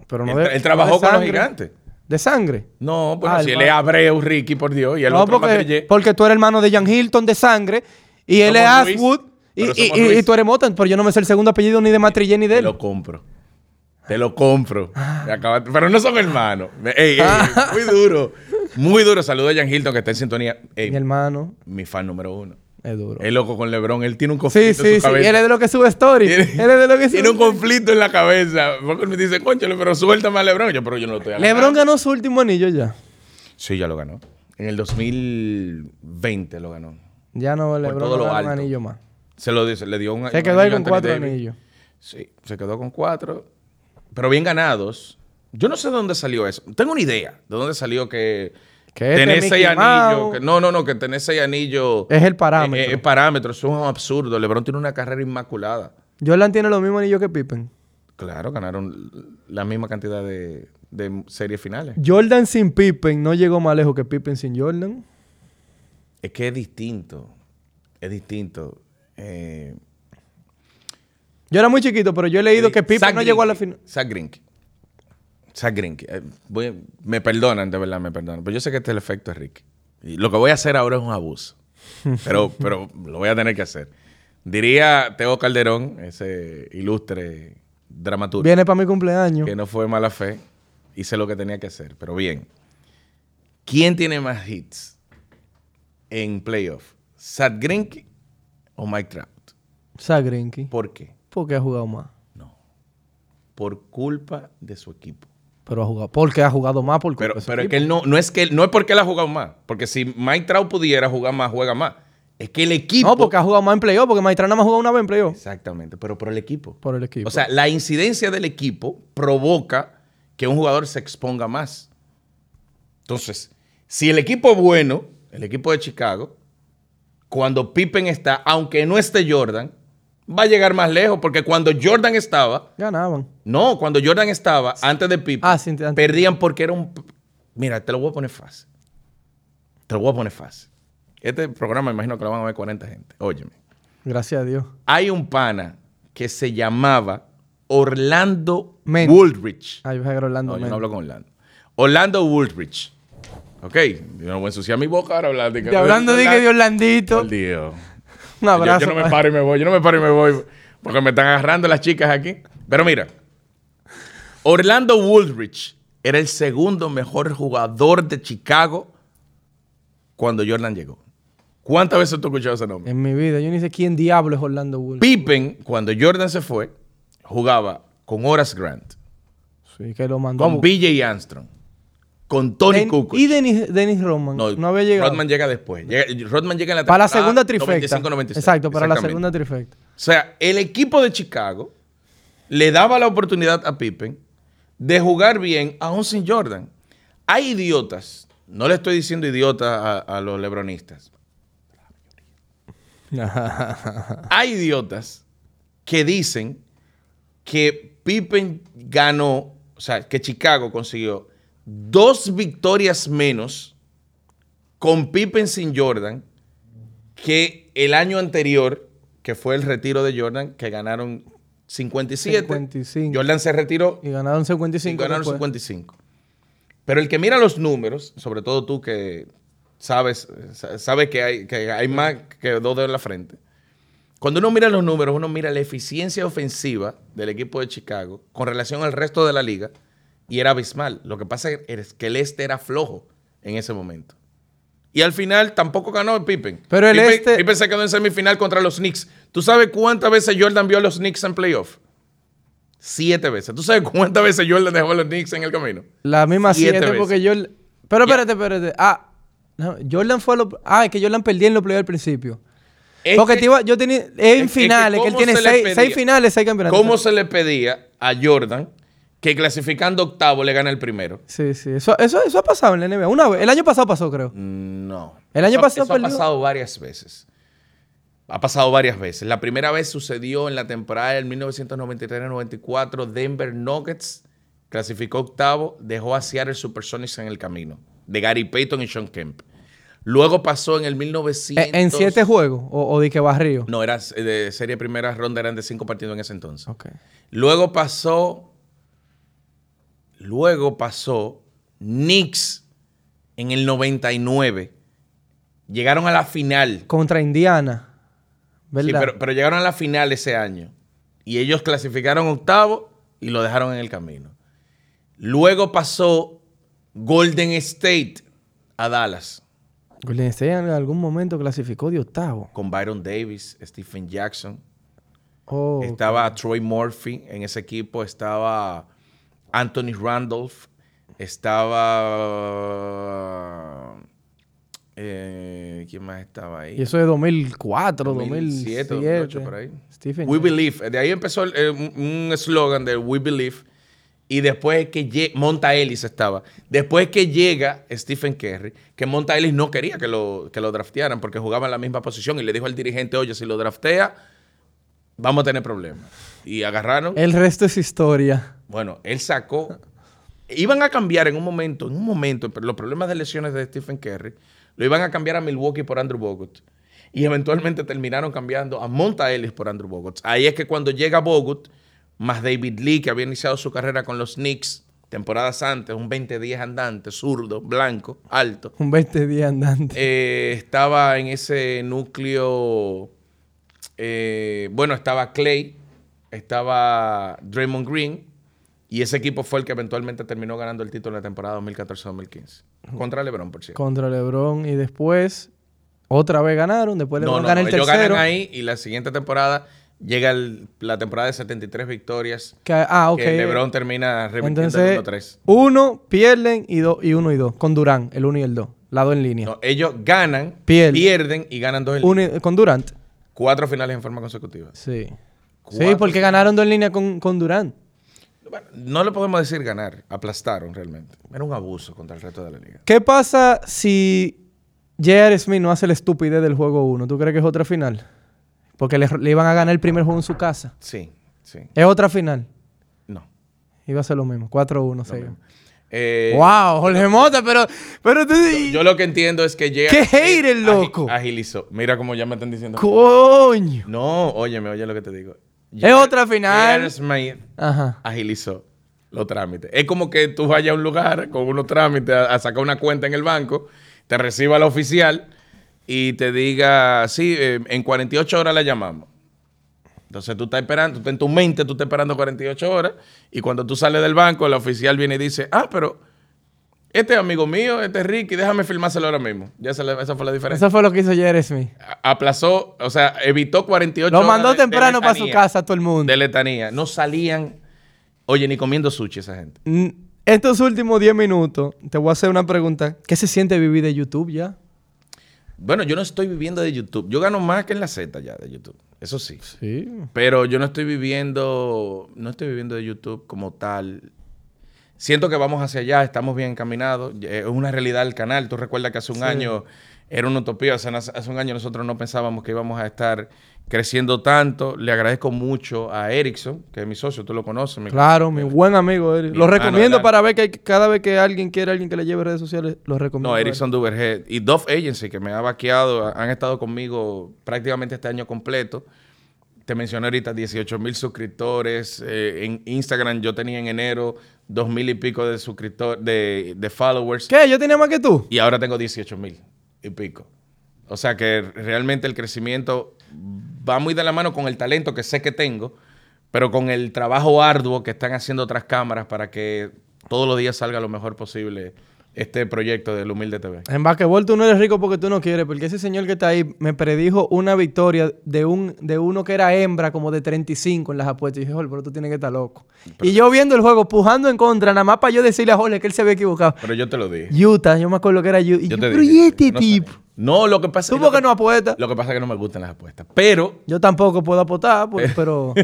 [SPEAKER 2] pero no
[SPEAKER 3] Él
[SPEAKER 2] de-
[SPEAKER 3] tra- él
[SPEAKER 2] no
[SPEAKER 3] trabajó
[SPEAKER 2] de
[SPEAKER 3] con los
[SPEAKER 2] sangre.
[SPEAKER 3] gigantes.
[SPEAKER 2] ¿De sangre?
[SPEAKER 3] No, bueno,
[SPEAKER 2] Ah,
[SPEAKER 3] si
[SPEAKER 2] el
[SPEAKER 3] él es
[SPEAKER 2] ma-
[SPEAKER 3] Abreu, Ricky, por Dios, y el
[SPEAKER 2] No,
[SPEAKER 3] otro
[SPEAKER 2] porque,
[SPEAKER 3] Matrillé.
[SPEAKER 2] porque tú eres hermano de Jan Hilton de sangre y él es
[SPEAKER 3] Somos Luis,
[SPEAKER 2] Aswood y,
[SPEAKER 3] pero
[SPEAKER 2] y-
[SPEAKER 3] somos
[SPEAKER 2] y- y
[SPEAKER 3] Luis.
[SPEAKER 2] tú eres Motan, pero yo no me sé el segundo apellido ni de Matrillé ni de
[SPEAKER 3] Te
[SPEAKER 2] él. Ah.
[SPEAKER 3] lo compro. Te lo compro. Me acabaste- Pero no son hermanos. Me- ey, ey, muy duro. Muy duro. Saludo a Jan Hilton que está en sintonía. Ey,
[SPEAKER 2] Mi hermano
[SPEAKER 3] mi fan número uno.
[SPEAKER 2] es duro.
[SPEAKER 3] Es loco con Lebron. Él tiene un
[SPEAKER 2] Sí,
[SPEAKER 3] conflicto en
[SPEAKER 2] sí,
[SPEAKER 3] su
[SPEAKER 2] sí.
[SPEAKER 3] cabeza.
[SPEAKER 2] Él es de lo que sube story. Él es de lo que sube.
[SPEAKER 3] Tiene un conflicto en la cabeza. Porque él me dice, conchale, pero suéltame a Lebron. Yo, pero yo no lo estoy hablando.
[SPEAKER 2] LeBron ganó su último anillo ya.
[SPEAKER 3] Sí, ya lo ganó. En el 2020 lo ganó.
[SPEAKER 2] Ya no LeBron
[SPEAKER 3] todo lo
[SPEAKER 2] ganó un
[SPEAKER 3] alto.
[SPEAKER 2] anillo más.
[SPEAKER 3] Se lo dice, le dio un
[SPEAKER 2] Se
[SPEAKER 3] un
[SPEAKER 2] quedó ahí
[SPEAKER 3] anillo a
[SPEAKER 2] con
[SPEAKER 3] Anthony
[SPEAKER 2] cuatro
[SPEAKER 3] Davis.
[SPEAKER 2] anillos.
[SPEAKER 3] Sí, se quedó con cuatro, pero bien ganados. Yo no sé de dónde salió eso. Tengo una idea de dónde salió que,
[SPEAKER 2] Que este
[SPEAKER 3] tenés
[SPEAKER 2] Mickey
[SPEAKER 3] seis anillos.
[SPEAKER 2] Mouse.
[SPEAKER 3] que- no, no, no, que tenés seis anillos.
[SPEAKER 2] Es el parámetro.
[SPEAKER 3] Eh, eh, Es parámetro, eso es un absurdo. LeBron tiene una carrera inmaculada.
[SPEAKER 2] Jordan tiene los mismos anillos que Pippen.
[SPEAKER 3] Claro, ganaron la misma cantidad de, de series finales.
[SPEAKER 2] Jordan sin Pippen no llegó más lejos que Pippen sin Jordan.
[SPEAKER 3] Es que es distinto. Es distinto. Eh,
[SPEAKER 2] Yo era muy chiquito, pero yo he leído que Pippen
[SPEAKER 3] Zach
[SPEAKER 2] no llegó a la
[SPEAKER 3] Greinke,
[SPEAKER 2] final.
[SPEAKER 3] Zach Greinke. Zach Greinke. Eh, voy a- me perdonan, de verdad, me perdonan. Pero yo sé que este es el efecto es Ricky. Y lo que voy a hacer ahora es un abuso. Pero, pero lo voy a tener que hacer. Diría Teo Calderón, ese ilustre dramaturgo,
[SPEAKER 2] Viene para mi cumpleaños.
[SPEAKER 3] que no fue mala fe. Hice lo que tenía que hacer. Pero bien. ¿Quién tiene más hits en playoff? ¿Zach Greinke o Mike Trout?
[SPEAKER 2] Zach Greinke.
[SPEAKER 3] ¿Por qué?
[SPEAKER 2] Porque ha jugado más.
[SPEAKER 3] Por culpa de su equipo.
[SPEAKER 2] Pero ha jugado. Porque ha jugado más. Por culpa
[SPEAKER 3] Pero,
[SPEAKER 2] de su
[SPEAKER 3] pero es
[SPEAKER 2] equipo.
[SPEAKER 3] que él no, no es que él- no es porque él ha jugado más. Porque si Mike Trout pudiera jugar más, juega más. Es que el equipo.
[SPEAKER 2] No, porque ha jugado más en playoff, porque Maestrana más ha jugado una vez en playoff.
[SPEAKER 3] Exactamente, pero por el equipo.
[SPEAKER 2] Por el equipo.
[SPEAKER 3] O sea, la incidencia del equipo provoca que un jugador se exponga más. Entonces, si el equipo es bueno, el equipo de Chicago, cuando Pippen está, aunque no esté Jordan, va a llegar más lejos, porque cuando Jordan estaba,
[SPEAKER 2] ganaban.
[SPEAKER 3] no, cuando Jordan estaba, antes de Pippen,
[SPEAKER 2] Ah, sí, antes.
[SPEAKER 3] perdían porque era un... Mira, te lo voy a poner fácil. Te lo voy a poner fácil. Este programa imagino que lo van a ver 40 gente. Óyeme
[SPEAKER 2] Gracias a Dios.
[SPEAKER 3] hay un pana que se llamaba Orlando
[SPEAKER 2] Men.
[SPEAKER 3] Woolrich.
[SPEAKER 2] Ay, Ah, yo Orlando.
[SPEAKER 3] No, yo
[SPEAKER 2] men.
[SPEAKER 3] no hablo con Orlando. Orlando Woolrich. Ok, yo no voy a ensuciar mi boca ahora hablando de
[SPEAKER 2] Y hablando de que de Orlandito.
[SPEAKER 3] Por Dios.
[SPEAKER 2] Un
[SPEAKER 3] Yo-
[SPEAKER 2] abrazo.
[SPEAKER 3] Yo, no me paro y me voy, yo no me paro y me voy porque me están agarrando las chicas aquí. Pero mira, Orlando Woolrich era el segundo mejor jugador de Chicago cuando Jordan llegó. ¿Cuántas veces tú has escuchado ese nombre?
[SPEAKER 2] En mi vida, yo ni sé quién diablo es Orlando Wool.
[SPEAKER 3] Pippen, cuando Jordan se fue, jugaba con Horace Grant,
[SPEAKER 2] Sí, que lo mandó.
[SPEAKER 3] con BJ Armstrong, con Tony
[SPEAKER 2] Den-
[SPEAKER 3] Kukoc.
[SPEAKER 2] Y Dennis, Dennis Rodman. No, había llegado.
[SPEAKER 3] Rodman llega después. Llega- Rodman llega en la
[SPEAKER 2] para la
[SPEAKER 3] temporada
[SPEAKER 2] segunda trifecta.
[SPEAKER 3] 95-96.
[SPEAKER 2] Exacto, para la
[SPEAKER 3] Exactamente.
[SPEAKER 2] segunda trifecta.
[SPEAKER 3] O sea, el equipo de Chicago le daba la oportunidad a Pippen de jugar bien aún sin Jordan. Hay idiotas, no le estoy diciendo idiotas a, a los lebronistas, hay idiotas que dicen que Pippen ganó, o sea, que Chicago consiguió dos victorias menos con Pippen sin Jordan que el año anterior, que fue el retiro de Jordan, que ganaron 57.
[SPEAKER 2] 55.
[SPEAKER 3] Jordan se retiró
[SPEAKER 2] y ganaron
[SPEAKER 3] y
[SPEAKER 2] 55.
[SPEAKER 3] ganaron
[SPEAKER 2] después.
[SPEAKER 3] 55. Pero el que mira los números, sobre todo tú que sabes, sa- sabes que hay, que hay más que dos de la frente, cuando uno mira los números, uno mira la eficiencia ofensiva del equipo de Chicago con relación al resto de la liga y era abismal. Lo que pasa es que el este era flojo en ese momento. Y al final tampoco ganó el Pippen.
[SPEAKER 2] Pero el
[SPEAKER 3] Pippen-
[SPEAKER 2] este-
[SPEAKER 3] Pippen se quedó en semifinal contra los Knicks. ¿Tú sabes cuántas veces Jordan vio a los Knicks en playoff? Siete veces. ¿Tú sabes cuántas veces Jordan dejó a los Knicks en el camino?
[SPEAKER 2] La misma
[SPEAKER 3] Siete
[SPEAKER 2] 7 porque Jordan. Pero espérate, espérate. Ah, no, Jordan fue a los. Ah, es que Jordan perdía en los playoffs al principio.
[SPEAKER 3] Es
[SPEAKER 2] porque
[SPEAKER 3] que-
[SPEAKER 2] te iba- yo tenía. Es en
[SPEAKER 3] es que
[SPEAKER 2] finales, que,
[SPEAKER 3] cómo
[SPEAKER 2] él tiene
[SPEAKER 3] se le
[SPEAKER 2] seis,
[SPEAKER 3] pedía-
[SPEAKER 2] seis finales, seis campeonatos.
[SPEAKER 3] ¿Cómo se le pedía a Jordan que clasificando octavo le gana el primero?
[SPEAKER 2] Sí, sí. Eso, eso, eso ha pasado en la NBA. Una vez. El año pasado pasó, creo.
[SPEAKER 3] No.
[SPEAKER 2] El año
[SPEAKER 3] Eso-
[SPEAKER 2] pasado
[SPEAKER 3] eso ha
[SPEAKER 2] perdió.
[SPEAKER 3] pasado varias veces. Ha pasado varias veces. La primera vez sucedió en la temporada del 1993-94. Denver Nuggets clasificó octavo, dejó a Seattle Supersonics en el camino, de Gary Payton y Sean Kemp. Luego pasó en el 1900...
[SPEAKER 2] Eh, En siete juegos. O, o de que barrio.
[SPEAKER 3] No, era eh, de serie primera ronda, eran de cinco partidos en ese entonces.
[SPEAKER 2] Ok.
[SPEAKER 3] Luego pasó. Luego pasó Knicks en el 99. Llegaron a la final.
[SPEAKER 2] Contra Indiana.
[SPEAKER 3] Sí,
[SPEAKER 2] ¿Verdad?
[SPEAKER 3] pero, pero llegaron a la final ese año. Y ellos clasificaron octavo y lo dejaron en el camino. Luego pasó Golden State a Dallas.
[SPEAKER 2] Golden State en algún momento clasificó de octavo.
[SPEAKER 3] Con Byron Davis, Stephen Jackson,
[SPEAKER 2] Oh,
[SPEAKER 3] Estaba Troy Murphy en ese equipo, estaba Anthony Randolph, estaba... eh, ¿Quién más estaba ahí?
[SPEAKER 2] Y eso es 2004, 2007.
[SPEAKER 3] 2007, 2008, por ahí.
[SPEAKER 2] Stephen.
[SPEAKER 3] We
[SPEAKER 2] Jackson.
[SPEAKER 3] Believe. De ahí empezó eh, un un eslogan de We Believe. Y después que llega... Monta Ellis estaba. Después que llega Stephen Curry, que Monta Ellis no quería que lo, que lo draftearan porque jugaba en la misma posición y le dijo al dirigente, oye, si lo draftea, vamos a tener problemas. Y agarraron...
[SPEAKER 2] El resto es historia.
[SPEAKER 3] Bueno, él sacó. Iban a cambiar en un momento, en un momento, pero los problemas de lesiones de Stephen Curry lo iban a cambiar a Milwaukee por Andrew Bogut. Y eventualmente terminaron cambiando a Monta Ellis por Andrew Bogut. Ahí es que cuando llega Bogut, más David Lee, que había iniciado su carrera con los Knicks temporadas antes, un 20-10 andante, zurdo, blanco, alto,
[SPEAKER 2] Un 20 días andante.
[SPEAKER 3] eh, estaba en ese núcleo. eh, bueno, estaba Clay, estaba Draymond Green, y ese equipo fue el que eventualmente terminó ganando el título en la temporada 2014-2015. Contra LeBron, por cierto.
[SPEAKER 2] Contra LeBron y después otra vez ganaron. Después
[SPEAKER 3] no,
[SPEAKER 2] LeBron
[SPEAKER 3] no,
[SPEAKER 2] gana
[SPEAKER 3] no,
[SPEAKER 2] el
[SPEAKER 3] ellos
[SPEAKER 2] tercero.
[SPEAKER 3] ganan ahí y la siguiente temporada llega el- la temporada de 73 victorias.
[SPEAKER 2] que- ah, ok.
[SPEAKER 3] Que LeBron termina revirtiendo
[SPEAKER 2] Entonces,
[SPEAKER 3] el 1-3.
[SPEAKER 2] uno pierden y, dos y uno y dos. Con Durán, el uno y el dos. Las dos en línea.
[SPEAKER 3] No, ellos ganan,
[SPEAKER 2] Pierde.
[SPEAKER 3] pierden y ganan dos en línea.
[SPEAKER 2] Una- con Durant.
[SPEAKER 3] Cuatro finales en forma consecutiva.
[SPEAKER 2] Sí. Sí,
[SPEAKER 3] Cuatro.
[SPEAKER 2] porque ganaron dos en línea con, con Durant.
[SPEAKER 3] Bueno, no le podemos decir ganar. Aplastaron realmente. Era un abuso contra el resto de la liga.
[SPEAKER 2] ¿Qué pasa si J.R. Smith no hace la estupidez del juego 1? ¿Tú crees que es otra final? Porque le, le iban a ganar el primer juego en su casa.
[SPEAKER 3] Sí, sí.
[SPEAKER 2] Es otra final.
[SPEAKER 3] No.
[SPEAKER 2] Iba a ser lo mismo. 4-1, se iba.
[SPEAKER 3] Eh,
[SPEAKER 2] ¡Wow! Jorge Mota, pero... pero tú-
[SPEAKER 3] Yo lo que entiendo es que llega.
[SPEAKER 2] ¡Qué hater, loco!
[SPEAKER 3] Agilizó. Mira cómo ya me están diciendo.
[SPEAKER 2] ¡Coño!
[SPEAKER 3] No, óyeme, oye lo que te digo.
[SPEAKER 2] Es otra final.
[SPEAKER 3] Jared Smith
[SPEAKER 2] Ajá.
[SPEAKER 3] agilizó los trámites. Es como que tú vayas a un lugar con unos trámites a, a sacar una cuenta en el banco, te reciba la oficial y te diga, sí, eh, en 48 horas la llamamos. Entonces tú estás esperando, tú, en tu mente tú estás esperando 48 horas y cuando tú sales del banco, la oficial viene y dice, ah, pero este es amigo mío, este es Ricky, déjame filmárselo ahora mismo. Ya esa, la- esa fue la diferencia.
[SPEAKER 2] Eso fue lo que hizo J.R. Smith.
[SPEAKER 3] A- Aplazó, o sea, evitó 48
[SPEAKER 2] Lo
[SPEAKER 3] horas.
[SPEAKER 2] mandó
[SPEAKER 3] de- de
[SPEAKER 2] temprano para su
[SPEAKER 3] lejanía
[SPEAKER 2] casa todo el mundo.
[SPEAKER 3] de letanía. No salían, oye, ni comiendo sushi esa gente.
[SPEAKER 2] Mm, Estos últimos 10 minutos, te voy a hacer una pregunta. ¿Qué se siente vivir de YouTube ya?
[SPEAKER 3] Bueno, yo no estoy viviendo de YouTube. Yo gano más que en la Z ya de YouTube. Eso sí.
[SPEAKER 2] Sí.
[SPEAKER 3] Pero yo no estoy viviendo, no estoy viviendo de YouTube como tal. Siento que vamos hacia allá, estamos bien encaminados. Eh, Es una realidad el canal. Tú recuerdas que hace un año era una utopía. O sea, hace hace un año nosotros no pensábamos que íbamos a estar creciendo tanto. Le agradezco mucho a Erickson, que es mi socio, tú lo conoces. mi-
[SPEAKER 2] Claro, mi buen amigo Eric.
[SPEAKER 3] Mi
[SPEAKER 2] Lo
[SPEAKER 3] hermano,
[SPEAKER 2] recomiendo
[SPEAKER 3] claro.
[SPEAKER 2] para ver que hay- cada vez que alguien quiere alguien que le lleve redes sociales, lo recomiendo.
[SPEAKER 3] No, Erickson Duverhead y Dove Agency, que me ha vaqueado, han estado conmigo prácticamente este año completo. Te mencioné ahorita 18 mil suscriptores. eh, en Instagram yo tenía en enero dos mil y pico de suscriptores, de, de followers.
[SPEAKER 2] ¿Qué? ¿Yo tenía más que tú?
[SPEAKER 3] Y ahora tengo 18 mil y pico. O sea que realmente el crecimiento va muy de la mano con el talento que sé que tengo, pero con el trabajo arduo que están haciendo otras cámaras para que todos los días salga lo mejor posible este proyecto del Humilde TV.
[SPEAKER 2] En basquetbol tú no eres rico porque tú no quieres, porque ese señor que está ahí me predijo una victoria de un de uno que era hembra como de 35 en las apuestas. Y dije, Jorge, pero tú tienes que estar loco. y yo viendo el juego, pujando en contra, nada más para yo decirle a Jorge que él se había equivocado.
[SPEAKER 3] Pero yo te lo dije.
[SPEAKER 2] Utah, yo me acuerdo que era Utah. Y
[SPEAKER 3] Yo
[SPEAKER 2] yo,
[SPEAKER 3] te
[SPEAKER 2] pero
[SPEAKER 3] dije,
[SPEAKER 2] ¿y este
[SPEAKER 3] no
[SPEAKER 2] tipo?
[SPEAKER 3] sabía. No, lo que pasa
[SPEAKER 2] ¿Tú
[SPEAKER 3] lo
[SPEAKER 2] por qué no apuestas?
[SPEAKER 3] Lo que pasa es que no me gustan las apuestas. Pero,
[SPEAKER 2] Yo tampoco puedo apostar, pues, pero,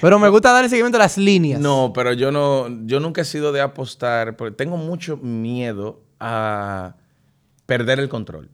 [SPEAKER 2] pero me gusta darle seguimiento a las líneas.
[SPEAKER 3] no, pero yo no, yo nunca he sido de apostar, porque tengo mucho miedo a perder el control.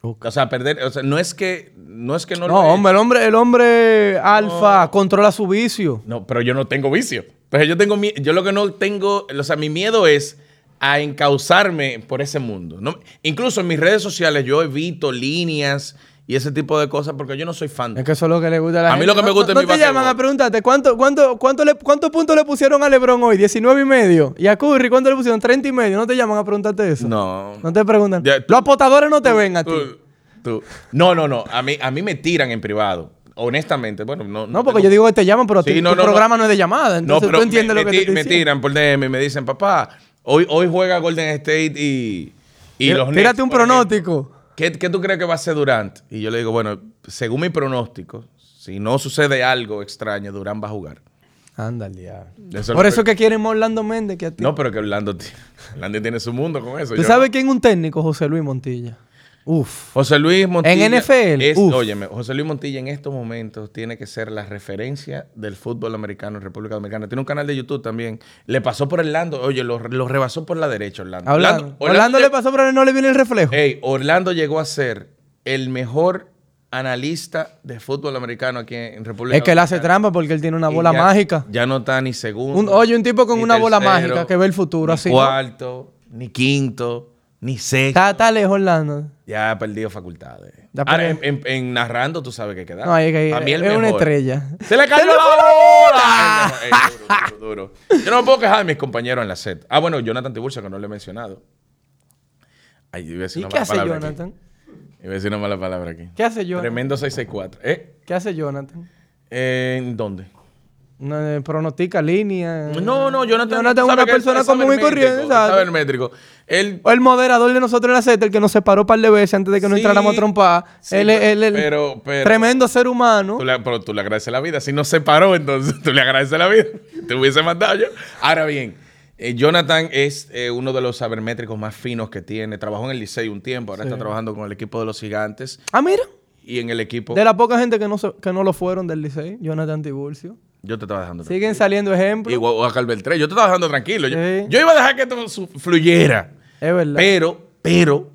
[SPEAKER 2] Ok.
[SPEAKER 3] O sea, perder, o sea, no es que, no es que no, lo he
[SPEAKER 2] No, hombre, el hombre, el hombre alfa controla su vicio.
[SPEAKER 3] hecho. No, pero yo no tengo vicio. Pero yo tengo, mi- yo lo que no tengo, o sea, mi miedo es a encauzarme por ese mundo. No- incluso en mis redes sociales yo evito líneas y ese tipo de cosas porque yo no soy fan.
[SPEAKER 2] Es que eso es lo que le gusta a la
[SPEAKER 3] A mí
[SPEAKER 2] gente.
[SPEAKER 3] lo que me
[SPEAKER 2] No-
[SPEAKER 3] gusta
[SPEAKER 2] no,
[SPEAKER 3] es
[SPEAKER 2] no
[SPEAKER 3] mi
[SPEAKER 2] te llaman
[SPEAKER 3] basquetbol.
[SPEAKER 2] a preguntarte cuánto, cuánto, cuánto le, cuántos puntos le pusieron a Lebron hoy, 19 y medio. Y a Curry, ¿cuánto le pusieron? 30 y medio. No te llaman a preguntarte eso.
[SPEAKER 3] No.
[SPEAKER 2] No te preguntan.
[SPEAKER 3] Ya, tú-
[SPEAKER 2] Los apostadores no te ven a ti.
[SPEAKER 3] Tú- tú. No, no, no. A mí, a mí me tiran en privado. Honestamente, bueno, no.
[SPEAKER 2] no, porque yo digo que te llaman, pero a
[SPEAKER 3] Sí,
[SPEAKER 2] ti-
[SPEAKER 3] no,
[SPEAKER 2] tu
[SPEAKER 3] no,
[SPEAKER 2] programa
[SPEAKER 3] no.
[SPEAKER 2] no. es de llamada. Entonces tú entiendes
[SPEAKER 3] me,
[SPEAKER 2] lo que
[SPEAKER 3] me
[SPEAKER 2] te
[SPEAKER 3] ti- me
[SPEAKER 2] estoy diciendo.
[SPEAKER 3] tiran por DM y me dicen, papá, hoy, hoy juega Golden State y, y los Knicks,
[SPEAKER 2] Tírate un
[SPEAKER 3] por ejemplo.
[SPEAKER 2] pronóstico.
[SPEAKER 3] ¿Qué, qué tú crees que va a hacer Durant? Y yo le digo, bueno, según mi pronóstico, si no sucede algo extraño, Durant va a jugar.
[SPEAKER 2] Ándale, ya.
[SPEAKER 3] Eso
[SPEAKER 2] Por
[SPEAKER 3] lo-
[SPEAKER 2] eso que quieren más Orlando Méndez que a ti.
[SPEAKER 3] No, pero que Orlando, ti- Orlando tiene su mundo con eso.
[SPEAKER 2] ¿Tú
[SPEAKER 3] Yo-
[SPEAKER 2] sabes quién es un técnico? José Luis Montilla. Uf.
[SPEAKER 3] José Luis Montilla.
[SPEAKER 2] En NFL,
[SPEAKER 3] es-
[SPEAKER 2] uf.
[SPEAKER 3] óyeme, José Luis Montilla en estos momentos tiene que ser la referencia del fútbol americano en República Dominicana. Tiene un canal de YouTube también. Le pasó por Orlando. Oye, lo, lo rebasó por la derecha, Orlando.
[SPEAKER 2] Hablando. Orlando, le
[SPEAKER 3] lleg-
[SPEAKER 2] pasó, pero no le viene el reflejo.
[SPEAKER 3] Ey, Orlando llegó a ser el mejor analista de fútbol americano aquí en República
[SPEAKER 2] es que él hace
[SPEAKER 3] Dominicana.
[SPEAKER 2] trampa porque él tiene una
[SPEAKER 3] Y
[SPEAKER 2] bola
[SPEAKER 3] ya-
[SPEAKER 2] mágica.
[SPEAKER 3] Ya no está ni segundo.
[SPEAKER 2] Un- oye, un tipo con
[SPEAKER 3] ni
[SPEAKER 2] una bola
[SPEAKER 3] tercero,
[SPEAKER 2] mágica que ve el futuro
[SPEAKER 3] ni
[SPEAKER 2] así, ¿no?
[SPEAKER 3] Cuarto, ni quinto, ni sexto.
[SPEAKER 2] Está, está lejos Orlando.
[SPEAKER 3] Ya ha perdido facultades.
[SPEAKER 2] Ya
[SPEAKER 3] Ahora, en,
[SPEAKER 2] perdió.
[SPEAKER 3] en- en narrando tú sabes que queda.
[SPEAKER 2] No, ahí- ahí-
[SPEAKER 3] A mí el
[SPEAKER 2] es una
[SPEAKER 3] mejor.
[SPEAKER 2] estrella.
[SPEAKER 3] ¡Se le cayó
[SPEAKER 2] ¡Se le
[SPEAKER 3] la
[SPEAKER 2] fue la
[SPEAKER 3] bola! Ey, no, ey, duro, duro, duro. Yo no me puedo quejar de mis compañeros en la set. Ah, bueno, Jonathan Tiburcio, que no lo he mencionado. Ay, yo iba a decir
[SPEAKER 2] ¿Y
[SPEAKER 3] una
[SPEAKER 2] qué
[SPEAKER 3] mala
[SPEAKER 2] hace
[SPEAKER 3] palabra aquí.
[SPEAKER 2] Jonathan?
[SPEAKER 3] Iba a decir una mala palabra aquí.
[SPEAKER 2] ¿Qué hace Jonathan?
[SPEAKER 3] Tremendo 664. ¿Eh?
[SPEAKER 2] ¿Qué hace Jonathan?
[SPEAKER 3] ¿En dónde?
[SPEAKER 2] No, eh, pronostica línea.
[SPEAKER 3] No, no, Jonathan.
[SPEAKER 2] Mm. Jonathan es
[SPEAKER 3] sabe
[SPEAKER 2] una
[SPEAKER 3] que él
[SPEAKER 2] persona
[SPEAKER 3] es
[SPEAKER 2] común y
[SPEAKER 3] sabermétrico,
[SPEAKER 2] corriente. ¿sabes?
[SPEAKER 3] sabermétrico. Él
[SPEAKER 2] O el moderador de nosotros en la Z, el que nos separó un par de veces antes de que nos
[SPEAKER 3] Sí,
[SPEAKER 2] entráramos a trompar.
[SPEAKER 3] sí,
[SPEAKER 2] él es él es el
[SPEAKER 3] pero- pero-
[SPEAKER 2] tremendo ser humano.
[SPEAKER 3] Tú le, pero tú le agradeces la vida. Si no se paró, entonces tú le agradeces la vida. Te hubiese mandado yo. Ahora bien, Eh, Jonathan es eh, uno de los sabermétricos más finos que tiene. Trabajó en el Licey un tiempo, ahora
[SPEAKER 2] Sí.
[SPEAKER 3] está trabajando con el equipo de los gigantes
[SPEAKER 2] Ah, mira.
[SPEAKER 3] y en el equipo.
[SPEAKER 2] De la poca gente que no, se- que no lo fueron del Licey, Jonathan Tiburcio.
[SPEAKER 3] Yo te estaba dejando. tranquilo.
[SPEAKER 2] Siguen saliendo ejemplos.
[SPEAKER 3] Y Oaxaca Beltré. Yo te estaba dejando tranquilo. Yo,
[SPEAKER 2] Sí.
[SPEAKER 3] yo iba a dejar que esto su- fluyera.
[SPEAKER 2] Es verdad.
[SPEAKER 3] Pero, pero,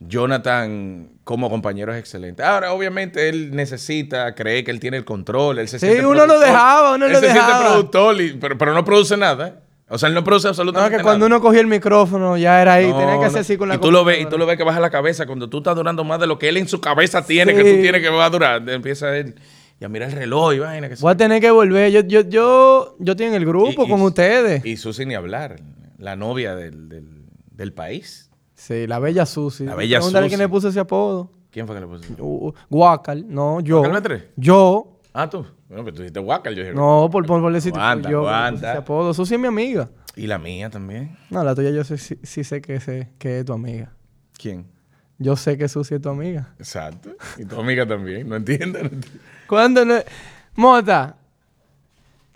[SPEAKER 3] Jonathan como compañero es excelente. Ahora, obviamente, él necesita creer que él tiene el control. Él se
[SPEAKER 2] Sí,
[SPEAKER 3] siente
[SPEAKER 2] uno lo
[SPEAKER 3] productor.
[SPEAKER 2] dejaba, uno
[SPEAKER 3] Él
[SPEAKER 2] lo
[SPEAKER 3] se
[SPEAKER 2] dejaba.
[SPEAKER 3] siente productor, y- pero, pero no produce nada. ¿eh? O sea, él no produce
[SPEAKER 2] No,
[SPEAKER 3] absolutamente
[SPEAKER 2] que cuando
[SPEAKER 3] nada.
[SPEAKER 2] uno cogió el micrófono ya era ahí.
[SPEAKER 3] No,
[SPEAKER 2] Tenía que
[SPEAKER 3] no.
[SPEAKER 2] hacer así con la
[SPEAKER 3] y tú lo ves y
[SPEAKER 2] computadora.
[SPEAKER 3] tú lo ves que baja la cabeza cuando tú estás durando más de lo que él en su cabeza tiene que
[SPEAKER 2] Sí.
[SPEAKER 3] tú tienes que va a durar empieza él y a mirar el reloj y vaina que se-
[SPEAKER 2] Voy a tener que volver. Yo, yo, yo, yo estoy en el grupo
[SPEAKER 3] Y- y-
[SPEAKER 2] con ustedes.
[SPEAKER 3] Y Susi ni hablar, la novia del, del- del país.
[SPEAKER 2] sí, la bella Susi.
[SPEAKER 3] La bella
[SPEAKER 2] Pregúntale
[SPEAKER 3] Susi.
[SPEAKER 2] quién le puso ese apodo.
[SPEAKER 3] ¿Quién fue que le puso?
[SPEAKER 2] Uh, uh, Guacal, no, yo.
[SPEAKER 3] ¿Guacal Metre?
[SPEAKER 2] Yo.
[SPEAKER 3] Ah, tú. Bueno, pero tú dijiste Huacal, yo dije.
[SPEAKER 2] No, por, por, por decir fue
[SPEAKER 3] Aguanta,
[SPEAKER 2] yo. que le puse
[SPEAKER 3] aguanta.
[SPEAKER 2] Ese apodo. Susi es mi amiga.
[SPEAKER 3] Y la mía también.
[SPEAKER 2] No, la tuya yo sé- sí, sí sé que, sé que es tu amiga.
[SPEAKER 3] ¿Quién?
[SPEAKER 2] Yo sé que Susi es tu amiga.
[SPEAKER 3] Exacto. Y tu amiga también. No entiendo. no entiendo.
[SPEAKER 2] ¿Cuándo no- Mota,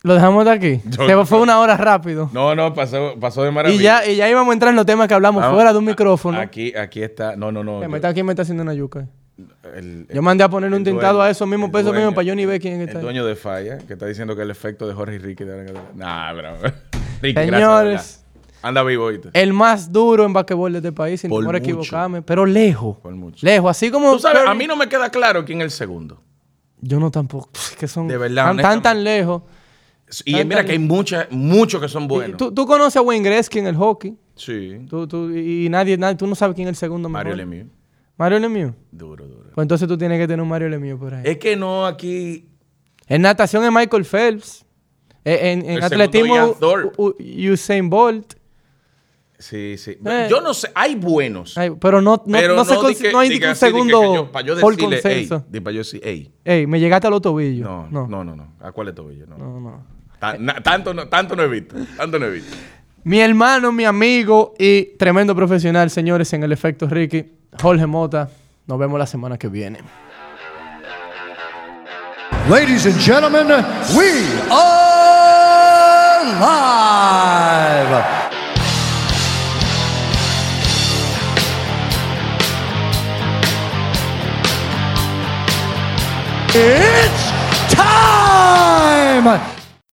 [SPEAKER 2] lo dejamos de aquí.
[SPEAKER 3] Yo-
[SPEAKER 2] Se fue una hora rápido.
[SPEAKER 3] No, no, pasó, pasó de
[SPEAKER 2] y,
[SPEAKER 3] maravilla.
[SPEAKER 2] ya, y ya íbamos a entrar en los temas que hablamos
[SPEAKER 3] Vamos,
[SPEAKER 2] fuera de un
[SPEAKER 3] a-
[SPEAKER 2] micrófono.
[SPEAKER 3] Aquí, aquí está. No, no, no.
[SPEAKER 2] Que
[SPEAKER 3] yo-
[SPEAKER 2] me está- ¿Quién me está haciendo una yuca?
[SPEAKER 3] el-
[SPEAKER 2] Yo mandé a poner
[SPEAKER 3] el
[SPEAKER 2] un tintado
[SPEAKER 3] dueño-
[SPEAKER 2] a esos mismos
[SPEAKER 3] el
[SPEAKER 2] pesos
[SPEAKER 3] dueño-
[SPEAKER 2] mismos para yo ni ver quién es que está
[SPEAKER 3] El
[SPEAKER 2] ahí.
[SPEAKER 3] dueño de Falla, que está diciendo que el efecto de Jorge y Ricky de ahora en adelante- Nah, bravo. Ricky, gracias, de
[SPEAKER 2] Señores. Eh,
[SPEAKER 3] verdad. Anda vivo ahorita.
[SPEAKER 2] El más duro en basquetbol de este país, sin
[SPEAKER 3] Por
[SPEAKER 2] temor a
[SPEAKER 3] mucho.
[SPEAKER 2] equivocarme, pero lejos.
[SPEAKER 3] Por mucho.
[SPEAKER 2] Lejos, así como.
[SPEAKER 3] Tú sabes, a
[SPEAKER 2] Curry.
[SPEAKER 3] mí no me queda claro quién es el segundo.
[SPEAKER 2] Yo no tampoco. Pff, que son
[SPEAKER 3] De verdad,
[SPEAKER 2] tan, tan, tan
[SPEAKER 3] honestamente.
[SPEAKER 2] lejos.
[SPEAKER 3] Y
[SPEAKER 2] Tan,
[SPEAKER 3] mira
[SPEAKER 2] tan-
[SPEAKER 3] que hay muchas, muchos que son buenos.
[SPEAKER 2] Tú, tú conoces a Wayne Gretzky en el hockey.
[SPEAKER 3] Sí.
[SPEAKER 2] Tú, tú, y y nadie, nadie, tú no sabes quién es el segundo mejor.
[SPEAKER 3] Mario Lemieux.
[SPEAKER 2] Mario Lemieux.
[SPEAKER 3] Duro, duro.
[SPEAKER 2] Pues entonces tú tienes que tener un Mario Lemieux por ahí.
[SPEAKER 3] Es que no aquí.
[SPEAKER 2] En natación es Michael Phelps. Eh, En, en
[SPEAKER 3] El
[SPEAKER 2] atletismo,
[SPEAKER 3] segundo Ian Thorpe.
[SPEAKER 2] U- U- Usain Bolt.
[SPEAKER 3] Sí, sí.
[SPEAKER 2] Eh.
[SPEAKER 3] Yo no sé. Hay buenos.
[SPEAKER 2] Ay, pero no, no,
[SPEAKER 3] pero
[SPEAKER 2] no se
[SPEAKER 3] di
[SPEAKER 2] consi-
[SPEAKER 3] que-
[SPEAKER 2] no hay
[SPEAKER 3] di
[SPEAKER 2] ni
[SPEAKER 3] que
[SPEAKER 2] un
[SPEAKER 3] así, di que- que
[SPEAKER 2] segundo
[SPEAKER 3] yo- pa' yo
[SPEAKER 2] por
[SPEAKER 3] decirle,
[SPEAKER 2] consenso.
[SPEAKER 3] "Ey", di pa' yo decir, "Ey".
[SPEAKER 2] Ey, me llegaste a los tobillos.
[SPEAKER 3] No, no, no, no, ¿A cuál es tobillo? No.
[SPEAKER 2] no, no.
[SPEAKER 3] Ta- na- tanto, no tanto no he visto. Tanto no he visto.
[SPEAKER 2] Mi hermano, mi amigo y tremendo profesional, señores, en el efecto Ricky, Jorge Mota. Nos vemos la semana que viene.
[SPEAKER 1] Ladies and gentlemen, we are live. It's time!